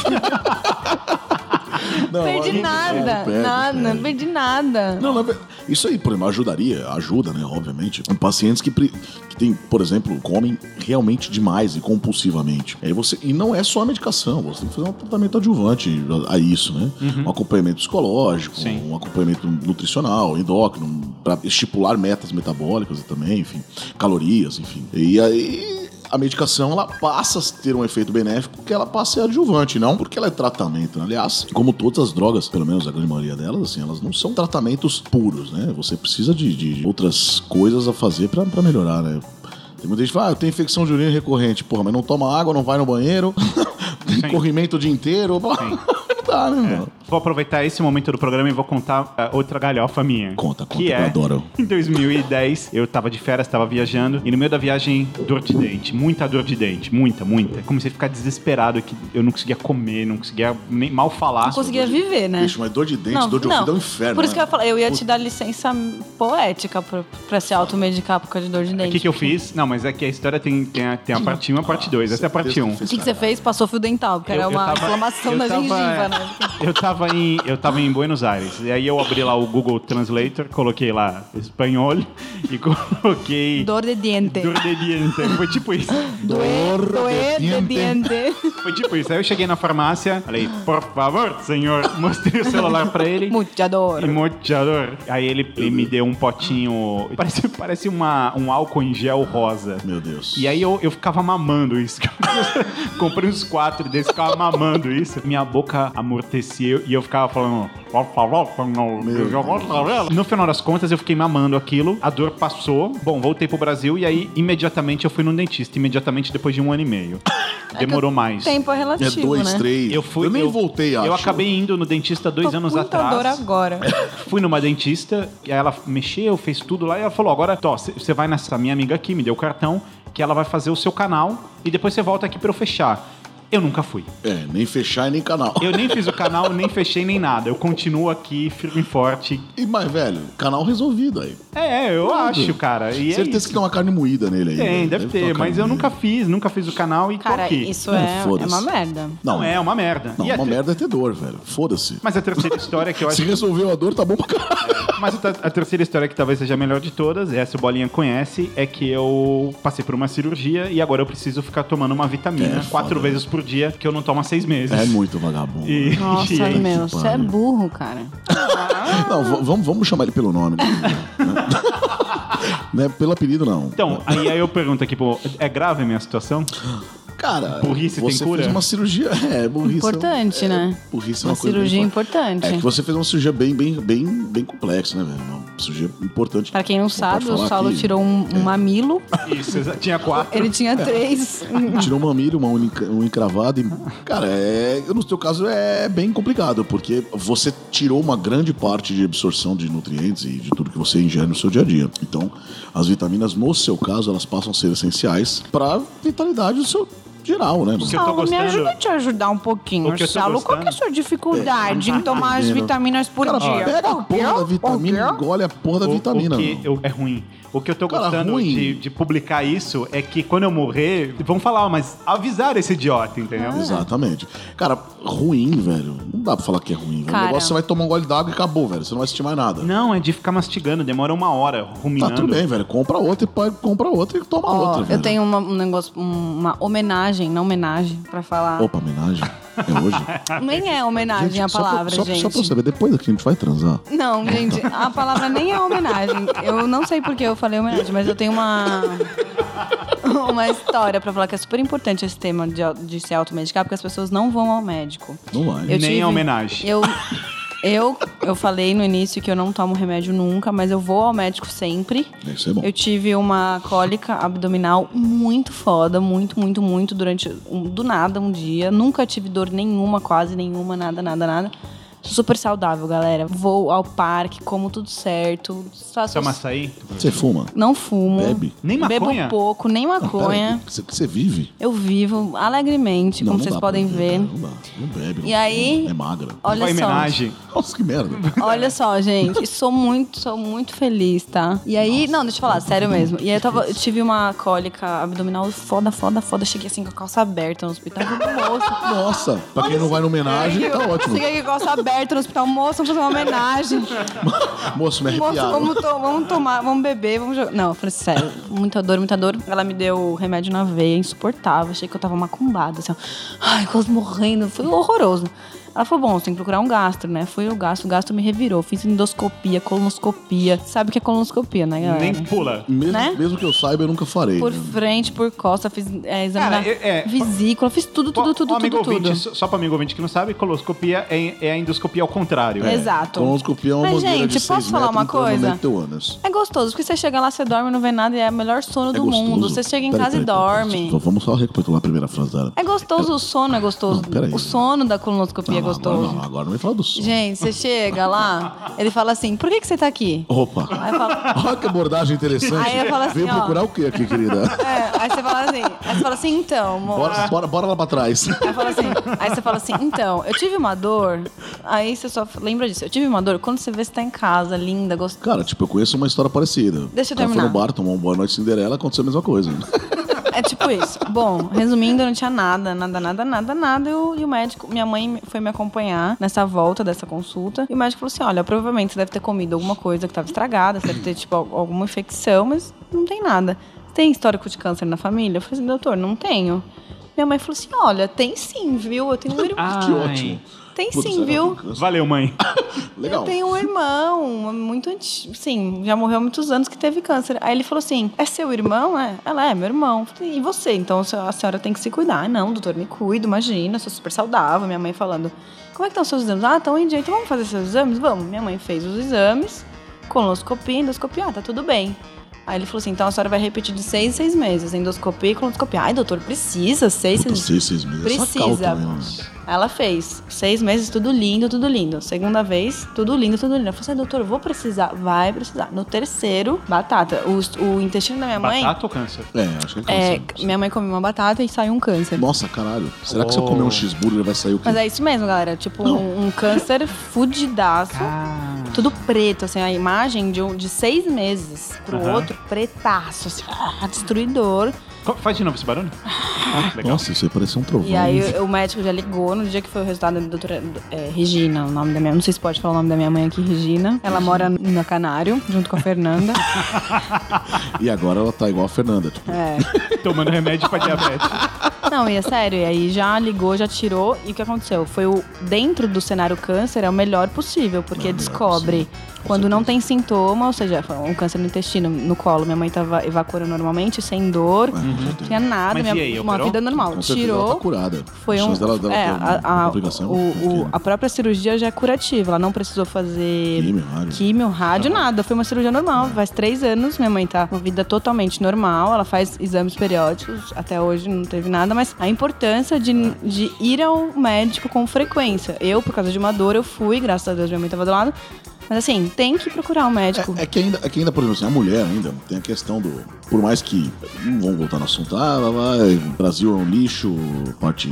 Não,
perdi
olha,
nada,
perde,
nada,
perde.
perdi nada.
Não, na ver- isso aí, por exemplo, ajudaria, ajuda, né, obviamente, em pacientes que, pre- que tem, por exemplo, comem realmente demais e compulsivamente. Aí você, e não é só a medicação, você tem que fazer um tratamento adjuvante a, a isso, né? Um acompanhamento psicológico,
Sim.
um acompanhamento nutricional, endócrino, para estipular metas metabólicas também, enfim, calorias, enfim. E aí a medicação ela passa a ter um efeito benéfico porque ela passa a ser adjuvante, não porque ela é tratamento. né? Aliás, como todas as drogas, pelo menos a grande maioria delas, assim, elas não são tratamentos puros, né? Você precisa de, de outras coisas a fazer pra pra melhorar, né? Tem muita gente que fala, ah, eu tenho infecção de urina recorrente. Porra, mas não toma água, não vai no banheiro, tem corrimento o dia inteiro. Não dá,
É.
né, mano?
Vou aproveitar esse momento do programa e vou contar ah, outra galhofa minha.
Conta, conta,
que
eu
é,
adoro.
Em 2010, eu tava de férias, tava viajando, e no meio da viagem, dor de dente, muita dor de dente, muita, muita. Comecei a ficar desesperado, que eu não conseguia comer, não conseguia nem mal falar.
Não conseguia viver, né?
Bicho, mas dor de dente, dor de ouvido é um inferno.
Por isso que
né?
eu, falei, eu ia te dar licença poética pra, pra se automedicar por causa de dor de
O
dente.
É, que, que eu fiz? Não, mas é que a história tem, tem, a, tem a parte 1 e a parte 2. Essa é a parte
certeza
1.
Ah, que fez
O que que você fez? Passou fio dental, porque
Eu-
era
eu
uma
tava-
inflamação
eu
da
tava-
gengiva, né?
Eu tava, em, eu tava em Buenos Aires. E aí eu abri lá o Google Translator, coloquei lá espanhol e coloquei.
Dor de dente.
Dor de diente. Foi tipo isso.
Doer, doer de
dente.
dente.
Foi tipo isso. Aí eu cheguei na farmácia, falei, por favor, senhor. Mostrei o celular pra ele.
Muita dor.
E moteador. Aí ele, ele me deu um potinho. Parece, parece uma, um álcool em gel rosa.
Meu Deus.
E aí eu, eu ficava mamando isso. Comprei uns quatro desses, ficava mamando isso. Minha boca amortecia e eu ficava falando. No final das contas, eu fiquei mamando aquilo, a dor passou. Bom, voltei pro Brasil e aí imediatamente eu fui num dentista. Imediatamente depois de um ano e meio. Demorou mais.
Tempo é
É
relativo,
dois,
né?
três.
Eu fui.
nem voltei, acho.
Eu acabei indo no dentista dois
Tô
anos
com
atrás. É,
muita dor agora.
Fui numa dentista, e aí ela mexeu, fez tudo lá, e ela falou: agora, Tó, você vai nessa minha amiga aqui, me deu o cartão, que ela vai fazer o seu canal e depois você volta aqui pra eu fechar. Eu nunca fui.
É, nem fechar e nem canal.
Eu nem fiz o canal, nem fechei, nem nada. Eu continuo aqui, firme e forte.
E mais, velho, canal resolvido aí.
É, eu acho, cara. E é
Certeza
isso.
que tem uma carne moída nele aí.
Tem,
né?
deve,
uma
ter,
carne
mas eu
moída.
nunca fiz, nunca fiz o canal e tô
Cara,
aqui.
isso
Não,
é, é
foda-se.
uma merda.
Não,
Não,
é uma merda.
Não,
E a
uma
ter-
merda é ter dor, velho. Foda-se.
Mas a terceira história que eu acho
Se resolveu a dor, tá bom pra caralho.
Mas a a terceira história que talvez seja a melhor de todas, essa o Bolinha conhece, é que eu passei por uma cirurgia e agora eu preciso ficar tomando uma vitamina
É,
quatro
foda.
vezes por dia, que eu não tomo há seis meses.
É muito vagabundo.
E-
Nossa,
e aí-
meu,
que
você é
Tipo,
pariu.
burro, cara.
Não, v- vamos, vamos chamar ele pelo nome. Né? Não é pelo apelido, não.
Então, aí, aí eu pergunto aqui, pô, é grave a minha situação?
Cara,
Burrice tem
você
cura?
fez uma cirurgia. É, burrice. é um-
Importante, né?
Burrice é
Uma
uma, coisa bem
cirurgia
forte.
importante.
É que você fez uma cirurgia bem, bem, bem, bem complexa, né, velho? Uma cirurgia importante.
Pra quem não
pode
sabe, o
falar É.
Saulo
que
tirou um, um mamilo.
Isso, exa- tinha quatro.
Ele tinha três.
Tirou uma milha, uma unica, um encravado e. Cara, é, no teu caso é bem complicado, porque você tirou uma grande parte de absorção de nutrientes e de tudo que você ingere no seu dia a dia. Então, as vitaminas, no seu caso, elas passam a ser essenciais pra vitalidade do seu geral, né?
O
mano?
que eu tô
Saulo, me ajuda a
gostando...
te ajudar um pouquinho,
O que eu tô
Saulo. Qual que é a
gostando-
sua dificuldade em tomar as
É, tá Entendendo.
vitaminas por
Cara,
dia?
pega a
Por quê?
porra da vitamina,
Por quê?
engole a porra da
o-
vitamina.
O que
mano.
eu- é ruim. O que eu tô
Cara,
gostando
ruim.
de, de publicar isso é que quando eu morrer, vão falar, mas avisar esse idiota, entendeu?
Ah. Exatamente. Cara, ruim, velho. Não dá pra falar que é ruim, velho.
Cara.
O negócio você vai tomar um gole d'água e acabou, velho. Você não vai sentir mais nada.
Não, é de ficar mastigando, demora uma hora,
Tá
ruminando.
tudo bem, velho. Compra outra e pode- compra outra e toma
Ó,
outra.
eu
velho.
tenho uma, um negócio, um- uma homenagem, não homenagem, pra falar.
Opa, homenagem. É hoje?
Nem é homenagem
Gente,
a
só pra-
palavra,
só,
gente.
Só pra eu saber, depois aqui a gente vai transar.
Não, gente, a palavra nem é homenagem. Eu não sei por que eu falei homenagem, mas eu tenho uma. Uma história pra falar que é super importante esse tema de, au- de se automedicar, porque as pessoas não vão ao médico.
Não vai.
Eu- Nem é homenagem.
Eu, eu, eu falei no início que eu não tomo remédio nunca, mas eu vou ao médico sempre.
Isso é bom.
Eu tive uma cólica abdominal muito foda, muito, muito, muito, durante um- do nada um dia. Nunca tive dor nenhuma, quase nenhuma, nada, nada, nada. Sou super saudável, galera. Vou ao parque, como tudo certo. Faço
Toma açaí?
Você fuma?
Não fumo.
Bebe?
Nem maconha?
Bebo pouco, nem
Não, pera aí,
maconha.
que Você, que você vive?
Eu vivo alegremente,
Não,
como
não
vocês
dá
podem
pra-
ver.
Não, dá. Não bebe.
E
não
aí-
fuma, É magra.
Olha
Vai
só.
homenagem.
Nossa, que merda.
Olha só, gente, sou muito, sou muito feliz, tá? E aí, não, deixa eu falar, sério mesmo. E aí eu, tava, eu tive uma cólica abdominal foda, foda, foda. Cheguei assim com a calça aberta no hospital. Falei, Moço,
Nossa, pra quem não vai na homenagem, tá ótimo.
Cheguei com a calça aberta no hospital, moço, vamos fazer uma homenagem.
Moço, me
Moço,
arrepiaram.
vamos, to- vamos tomar, vamos beber, vamos jogar. Não, eu falei, sério, muita dor, muita dor. Ela me deu remédio na veia, insuportável. Achei que eu tava macumbada, assim, ó. Ai, quase morrendo. Foi horroroso. Ela falou, bom, você tem que procurar um gastro, né? Fui o gastro, o gastro me revirou. Fiz endoscopia, colonoscopia. Sabe o que é colonoscopia, né, galera?
Nem pula.
Mesmo,
né?
mesmo que eu saiba, eu nunca farei.
Por
né?
frente, por costa, fiz é, exame
Cara,
na
é- é-
vesícula, fiz tudo, tudo,
Ó,
tudo,
ó, amigo
tudo, tudo.
ouvinte, só- Só para amigo ouvinte que não sabe, coloscopia é, é a endoscopia ao contrário.
É. Exato.
Colonoscopia é uma
Mas,
mangueira
gente,
de seis
posso falar
metros
uma
entrando no meio
coisa?
do teu ânus.
É gostoso, porque você chega lá, você dorme, não vê nada e é o melhor sono
É
do
gostoso.
mundo. Você chega em
Peraí,
casa e
peraí, peraí,
dorme.
só- Vamos só recapitular a primeira frase dela.
É gostoso, o sono é gostoso.
Não, peraí.
o sono da colonoscopia é
Não,
gostoso.
Agora, não, agora não me fala do som.
Gente, você chega lá, ele fala assim: por que, que você tá aqui?
Opa.
Aí eu falo.
Olha que abordagem interessante.
Aí eu falo assim,
Veio
ó.
procurar o que aqui, querida?
É, aí você fala assim, aí você fala assim, então, amor.
Bora, bora, bora lá pra trás.
Aí, fala assim, aí você fala assim, então, eu tive uma dor. Aí você só lembra disso, eu tive uma dor quando você vê se tá em casa, linda, gostosa.
Cara, tipo, eu conheço uma história parecida.
Deixa eu
O cara foi
terminar.
no bar, tomou um Boa Noite Cinderela, aconteceu a mesma coisa.
É tipo isso. Bom, resumindo, eu não tinha nada, nada, nada, nada, nada. Eu- e o médico, minha mãe foi me acompanhar nessa volta dessa consulta. E o médico falou assim: olha, provavelmente você deve ter comido alguma coisa que estava estragada, você deve ter, tipo, al- alguma infecção, mas não tem nada. Tem histórico de câncer na família? Eu falei assim, doutor, não tenho. Minha mãe falou assim: olha, tem sim, viu? Eu tenho um irmão.
Ai.
que ótimo.
tem
Ah, Putz,
sim,
era
viu?
um câncer.
É. Valeu, mãe.
Legal.
Eu tenho um irmão, muito antigo. Sim, já morreu há muitos anos que teve câncer. Aí ele falou assim: é seu irmão? É? Ela é meu irmão. Eu falei, E você? Então a senhora- a senhora tem que se cuidar. "Ah, Não, doutor, me cuido, imagina, eu sou super saudável. Minha mãe falando: como é que estão os seus exames? Ah, estão em dia, então vamos fazer seus exames? Vamos. Minha mãe fez os exames, colonoscopia, endoscopia, ah, tá tudo bem. Aí ele falou assim: então a senhora vai repetir de seis em seis meses, endoscopia e colonoscopia. Ai, doutor, precisa, seis,
Puta,
seis
seis, seis meses. é
Precisa.
sacal também, né?
ela fez. Seis meses, tudo lindo, tudo lindo. Segunda vez, tudo lindo, tudo lindo. Eu falei assim, doutor, eu vou precisar. Vai precisar. No terceiro, batata. O, o intestino da minha mãe...
Batata ou câncer?
É, acho que é
É,
câncer.
minha mãe comeu uma batata e saiu um câncer.
Nossa, caralho. Será que se eu
Oh.
comer um cheeseburger vai sair o quê?
Mas é isso mesmo, galera. Tipo, um, um câncer fudidaço.
Ah.
Tudo preto, assim, a imagem de, um, de seis meses pro
Aham.
outro, pretaço, assim, ah, destruidor.
Co- Faz de novo esse barulho. Ah, Legal.
Nossa, isso aí pareceu um trovão.
é E aí o médico já ligou no dia que foi o resultado da doutora é, Regina, o nome da minha. Não sei se pode falar o nome da minha mãe aqui, Regina. Ela mora na Canário, junto com a Fernanda.
E agora ela tá igual a Fernanda. Tipo,
É.
Tomando remédio pra diabetes.
Não, e é sério, e aí já ligou, já tirou, e o que aconteceu? Foi o dentro do cenário câncer é o melhor possível, porque
É o melhor
descobre
possível. Com
quando não
certeza.
tem sintoma, ou seja, foi um câncer no intestino, no colo. Minha mãe tava evacuando normalmente, sem dor,
ah,
não Uhum. tinha nada,
Mas
minha,
e aí,
uma
operou?
vida normal.
com certeza ela tá
tirou.
curada.
Foi
As
um.
chances dela, dela
é,
ter
a,
uma é
a-
complicação,
o- o-
pequena.
a própria cirurgia já é curativa. Ela não precisou fazer
Químio, rádio. né? Tá
químio, rádio, nada. Foi uma cirurgia
É.
normal. Faz três anos, minha mãe tá com uma vida totalmente normal. Ela faz exames periódicos. Até hoje não teve nada, mas a importância de,
É.
de ir ao médico com frequência. Eu, por causa de uma dor, eu fui, graças a Deus, minha mãe tava do lado. Mas assim, tem que procurar um médico.
É que, ainda, é que ainda, por exemplo, assim, a mulher ainda tem a questão do. Por mais que. Não vamos voltar no assunto. Ah, lá, lá, o Brasil é um lixo, parte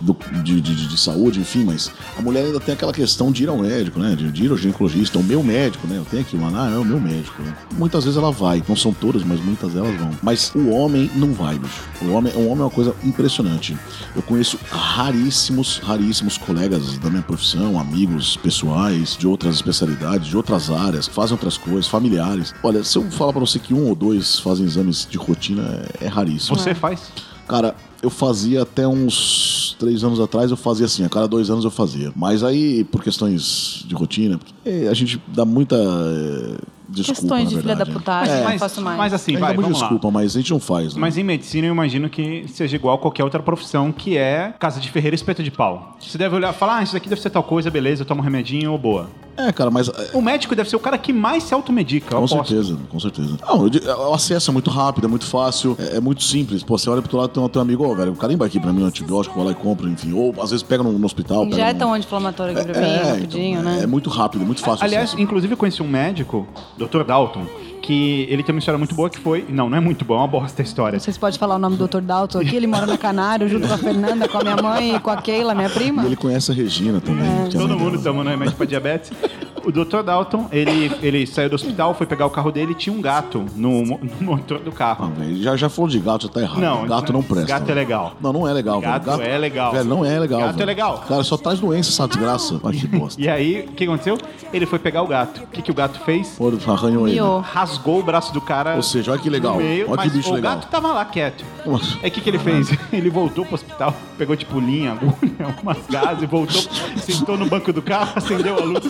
do- de, de- de saúde, enfim, mas a mulher ainda tem aquela questão de ir ao médico, né? De, de ir ao ginecologista, o meu médico, né? Eu tenho aqui, mano, ah, é o meu médico, né? Muitas vezes ela vai. Não são todas, mas muitas delas vão. Mas o homem não vai, bicho. O homem, o homem é uma coisa impressionante. Eu conheço raríssimos, raríssimos colegas da minha profissão, amigos pessoais, de outras especialidades, de outras áreas, que fazem outras coisas, familiares. Olha, se eu falar pra você que um ou dois fazem exames de rotina, é, é raríssimo.
Você faz?
Cara, eu fazia até uns três anos atrás, eu fazia assim, a cada dois anos eu fazia. Mas aí, por questões de rotina, porque a gente dá muita. eh, Desculpa,
Questões
na
de filha
verdade,
da
né?
putagem,
Mas-
não faço mais.
Mas
A
assim,
gente
vai,
dá muita
vamos lá.
desculpa, mas a gente não faz, né?
Mas em medicina eu imagino que seja igual a qualquer outra profissão, que é casa de ferreiro e espeto de pau. Você deve olhar e falar, ah, isso daqui deve ser tal coisa, beleza, eu tomo um remedinho ou boa.
É, cara, mas. eh,
O médico deve ser o cara que mais se automedica, eu
Com
aposto.
certeza, com certeza. Não, eu di- o acesso é muito rápido, é muito fácil, é, é muito simples. Pô, você olha pro outro lado tem um teu amigo, ó, velho, o carimba aqui pra mim um antibiótico, vai lá e compra, enfim. Ou às vezes pega no, no hospital. pega
Já é
num-
tão anti-inflamatório aqui pra mim,
então,
rapidinho,
é-
né?
É muito rápido, é muito fácil.
Aliás,
assim.
inclusive eu conheci um médico, Dr. Dalton, que ele tem uma história muito boa que foi. Não, não é muito boa, é uma bosta a história.
Vocês podem falar o nome do Dr. Dalton aqui? Ele mora no Canário junto com a Fernanda, com a minha mãe e com a Keila, minha prima.
E ele conhece a Regina também. que é a
Todo
mãe
mundo
dela.
tomando remédio pra diabetes. O Dr. Dalton, ele, ele saiu do hospital, foi pegar o carro dele e tinha um gato no, mo- no motor do
Ah,
carro.
velho, já, já falou de gato, já tá errado.
Não,
gato não presta.
gato é
velho.
legal.
Não, não é legal.
Gato
velho.
é legal.
Velho, não é legal.
Gato é
velho.
legal.
Cara, só traz doença essa desgraça. Ah, que bosta.
E é- aí, o que aconteceu? Ele foi pegar o gato. O que, que o gato fez?
Foram, arranham ele.
Miou.
Rasgou o braço do cara.
Ou seja, olha que legal.
no meio,
olha que
mas
bicho
o
legal.
gato tava lá quieto.
Nossa.
Aí o É, que, que ele fez? Ele voltou pro hospital, pegou tipo linha, agulha, umas gases, voltou, sentou no banco do carro, acendeu a luz,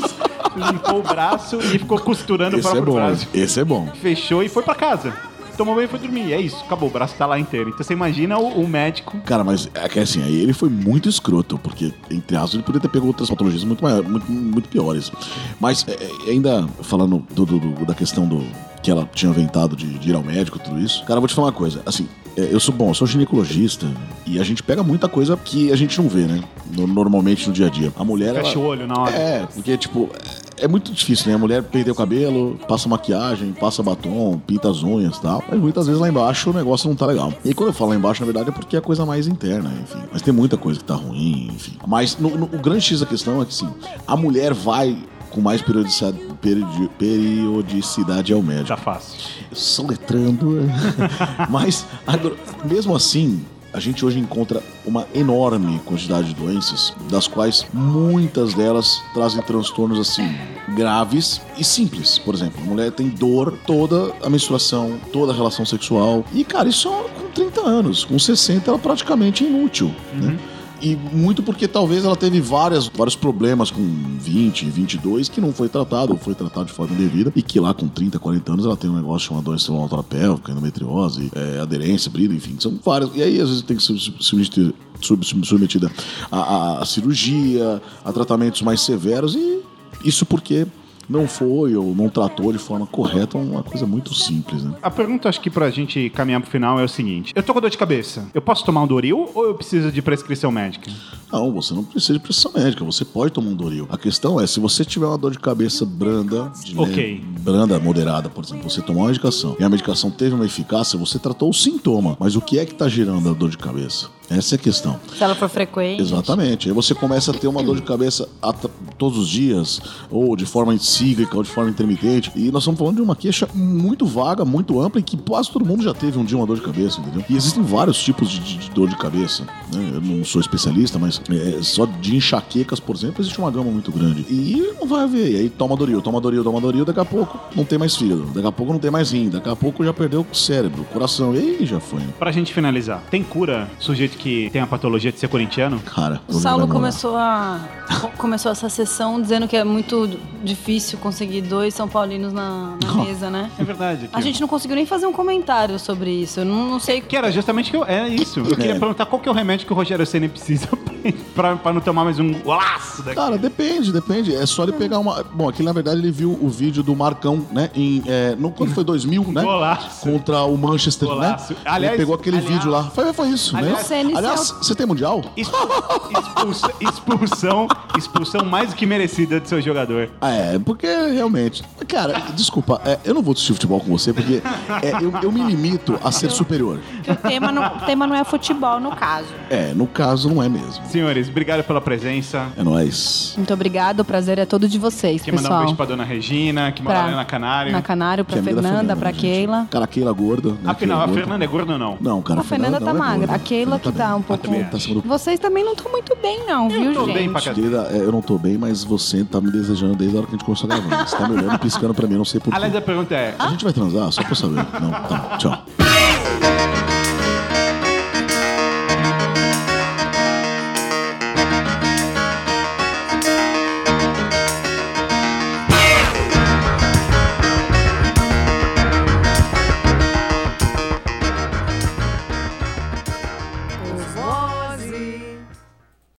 limpou o braço e ficou costurando o
Esse é
próprio
bom.
braço.
Esse é bom.
Fechou e foi pra casa. Tomou banho e foi dormir. É isso, acabou, o braço tá lá inteiro. Então você imagina o, o médico.
Cara, mas é que assim, aí ele foi muito escroto, porque, entre aspas, ele poderia ter pego outras patologias muito, maiores, muito, muito piores. Mas, é, é, ainda falando do- do- do- da questão do que ela tinha inventado de, de ir ao médico tudo isso, cara, eu vou te falar uma coisa. Assim, é, eu sou bom, eu sou ginecologista e a gente pega muita coisa que a gente não vê, né? No- normalmente no dia a dia. A mulher.
Fecha
ela-
o olho na hora.
É, porque, tipo. É é muito difícil, né? A mulher perdeu o cabelo, passa maquiagem, passa batom, pinta as unhas e tal. Mas muitas vezes lá embaixo o negócio não tá legal. E quando eu falo lá embaixo, na verdade, é porque é a coisa mais interna, enfim. Mas tem muita coisa que tá ruim, enfim. Mas no- no- o grande X da questão é que, sim, a mulher vai com mais periodicidade, peridi- periodicidade ao médico
Tá fácil.
soletrando. Mas, agora, mesmo assim, a gente hoje encontra uma enorme quantidade de doenças, das quais muitas delas trazem transtornos assim graves e simples. Por exemplo, a mulher tem dor toda a menstruação, toda a relação sexual. E, cara, isso é um, com 30 anos, com 60 ela praticamente é inútil. né? E muito porque talvez ela teve várias, vários problemas com 20, 22 que não foi tratado ou foi tratado de forma indevida e que lá com 30, 40 anos ela tem um negócio chamado doença celular pélvica, endometriose, é, aderência, brido, enfim, são várias. E aí às vezes tem que ser sub- submeter- sub- sub- submetida a, a- a cirurgia, a tratamentos mais severos e isso porque não foi ou não tratou de forma correta uma coisa muito simples, né?
A pergunta, acho que pra gente caminhar pro final é o seguinte: Eu tô com dor de cabeça. Eu posso tomar um Doril ou eu preciso de prescrição médica?
Não, você não precisa de pressão médica, você pode tomar um Doril. A questão é, se você tiver uma dor de cabeça branda, de leve,
Ok.
branda, moderada, por exemplo, você tomar uma medicação e a medicação teve uma eficácia, você tratou o sintoma. Mas o que é que tá gerando a dor de cabeça? Essa é a questão.
Se ela for frequente.
Exatamente. Aí você começa a ter uma dor de cabeça at- todos os dias, ou de forma cíclica, ou de forma intermitente. E nós estamos falando de uma queixa muito vaga, muito ampla, e que quase todo mundo já teve um dia uma dor de cabeça, entendeu? E existem vários tipos de, de- de dor de cabeça. né? Eu não sou especialista, mas é, só de enxaquecas, por exemplo, existe uma gama muito grande. E não vai haver. E aí toma Doril, toma Doril, toma Doril, daqui a pouco não tem mais fígado, daqui a pouco não tem mais rim, daqui a pouco já perdeu o cérebro, o coração, e aí já foi. né?
Pra gente finalizar, tem cura sujeito que tem a patologia de ser corintiano?
Cara, é
O
eu já
Saulo
namoro.
começou a co- começou essa sessão dizendo que é muito difícil conseguir dois São Paulinos na, na mesa, né?
É verdade.
A gente não conseguiu nem fazer um comentário sobre isso. Eu não, não sei.
Que era justamente que eu, é isso. Eu queria
É.
perguntar qual que é o remédio que o Rogério Senna precisa pra, pra não tomar mais um golaço daqui.
Cara, depende, depende. É só ele pegar uma. Bom, aqui na verdade ele viu o vídeo do Marcão, né? Em, é, no, quando foi 2000, né?
Golaço.
Contra o Manchester,
Golaço.
né?
Aliás-
ele pegou aquele
aliás-
vídeo lá. Foi, foi isso,
Aliás-
né?
CNC.
Aliás, você tem mundial?
Expu- expulsa- expulsão, expulsão mais do que merecida do seu jogador.
Ah, é, porque realmente. Cara, desculpa, é, eu não vou assistir futebol com você porque é, eu, eu me limito a ser superior.
Porque o tema não, o tema não é futebol, no caso.
É, no caso não é mesmo.
Senhores, obrigado pela presença.
É nóis.
Muito obrigado, o prazer é todo de vocês,
Quer mandar um
pessoal.
beijo pra dona Regina, que mora
Pra-
lá na Canário.
na Canário,
Que
pra
é amiga da
Fernanda, pra
né, gente?
Keila.
Cara, a Keila gorda. Né?
Afinal, a
Keila gorda.
Fernanda é gorda ou não?
Não, cara,
A Fernanda tá
não é
magra.
gorda.
A Keila que tá
bem.
um pouco.
Ela tá acima do
Vocês também não estão muito bem, não, viu,
tô
gente?
bem pra caralho.
Querida, é, eu não tô bem, mas você tá me desejando desde a hora que a gente começou a gravar. Você tá me olhando, piscando pra mim, eu não sei porquê.
Aliás, a pergunta é:
A gente vai transar, só pra eu saber. Não, tá, tchau.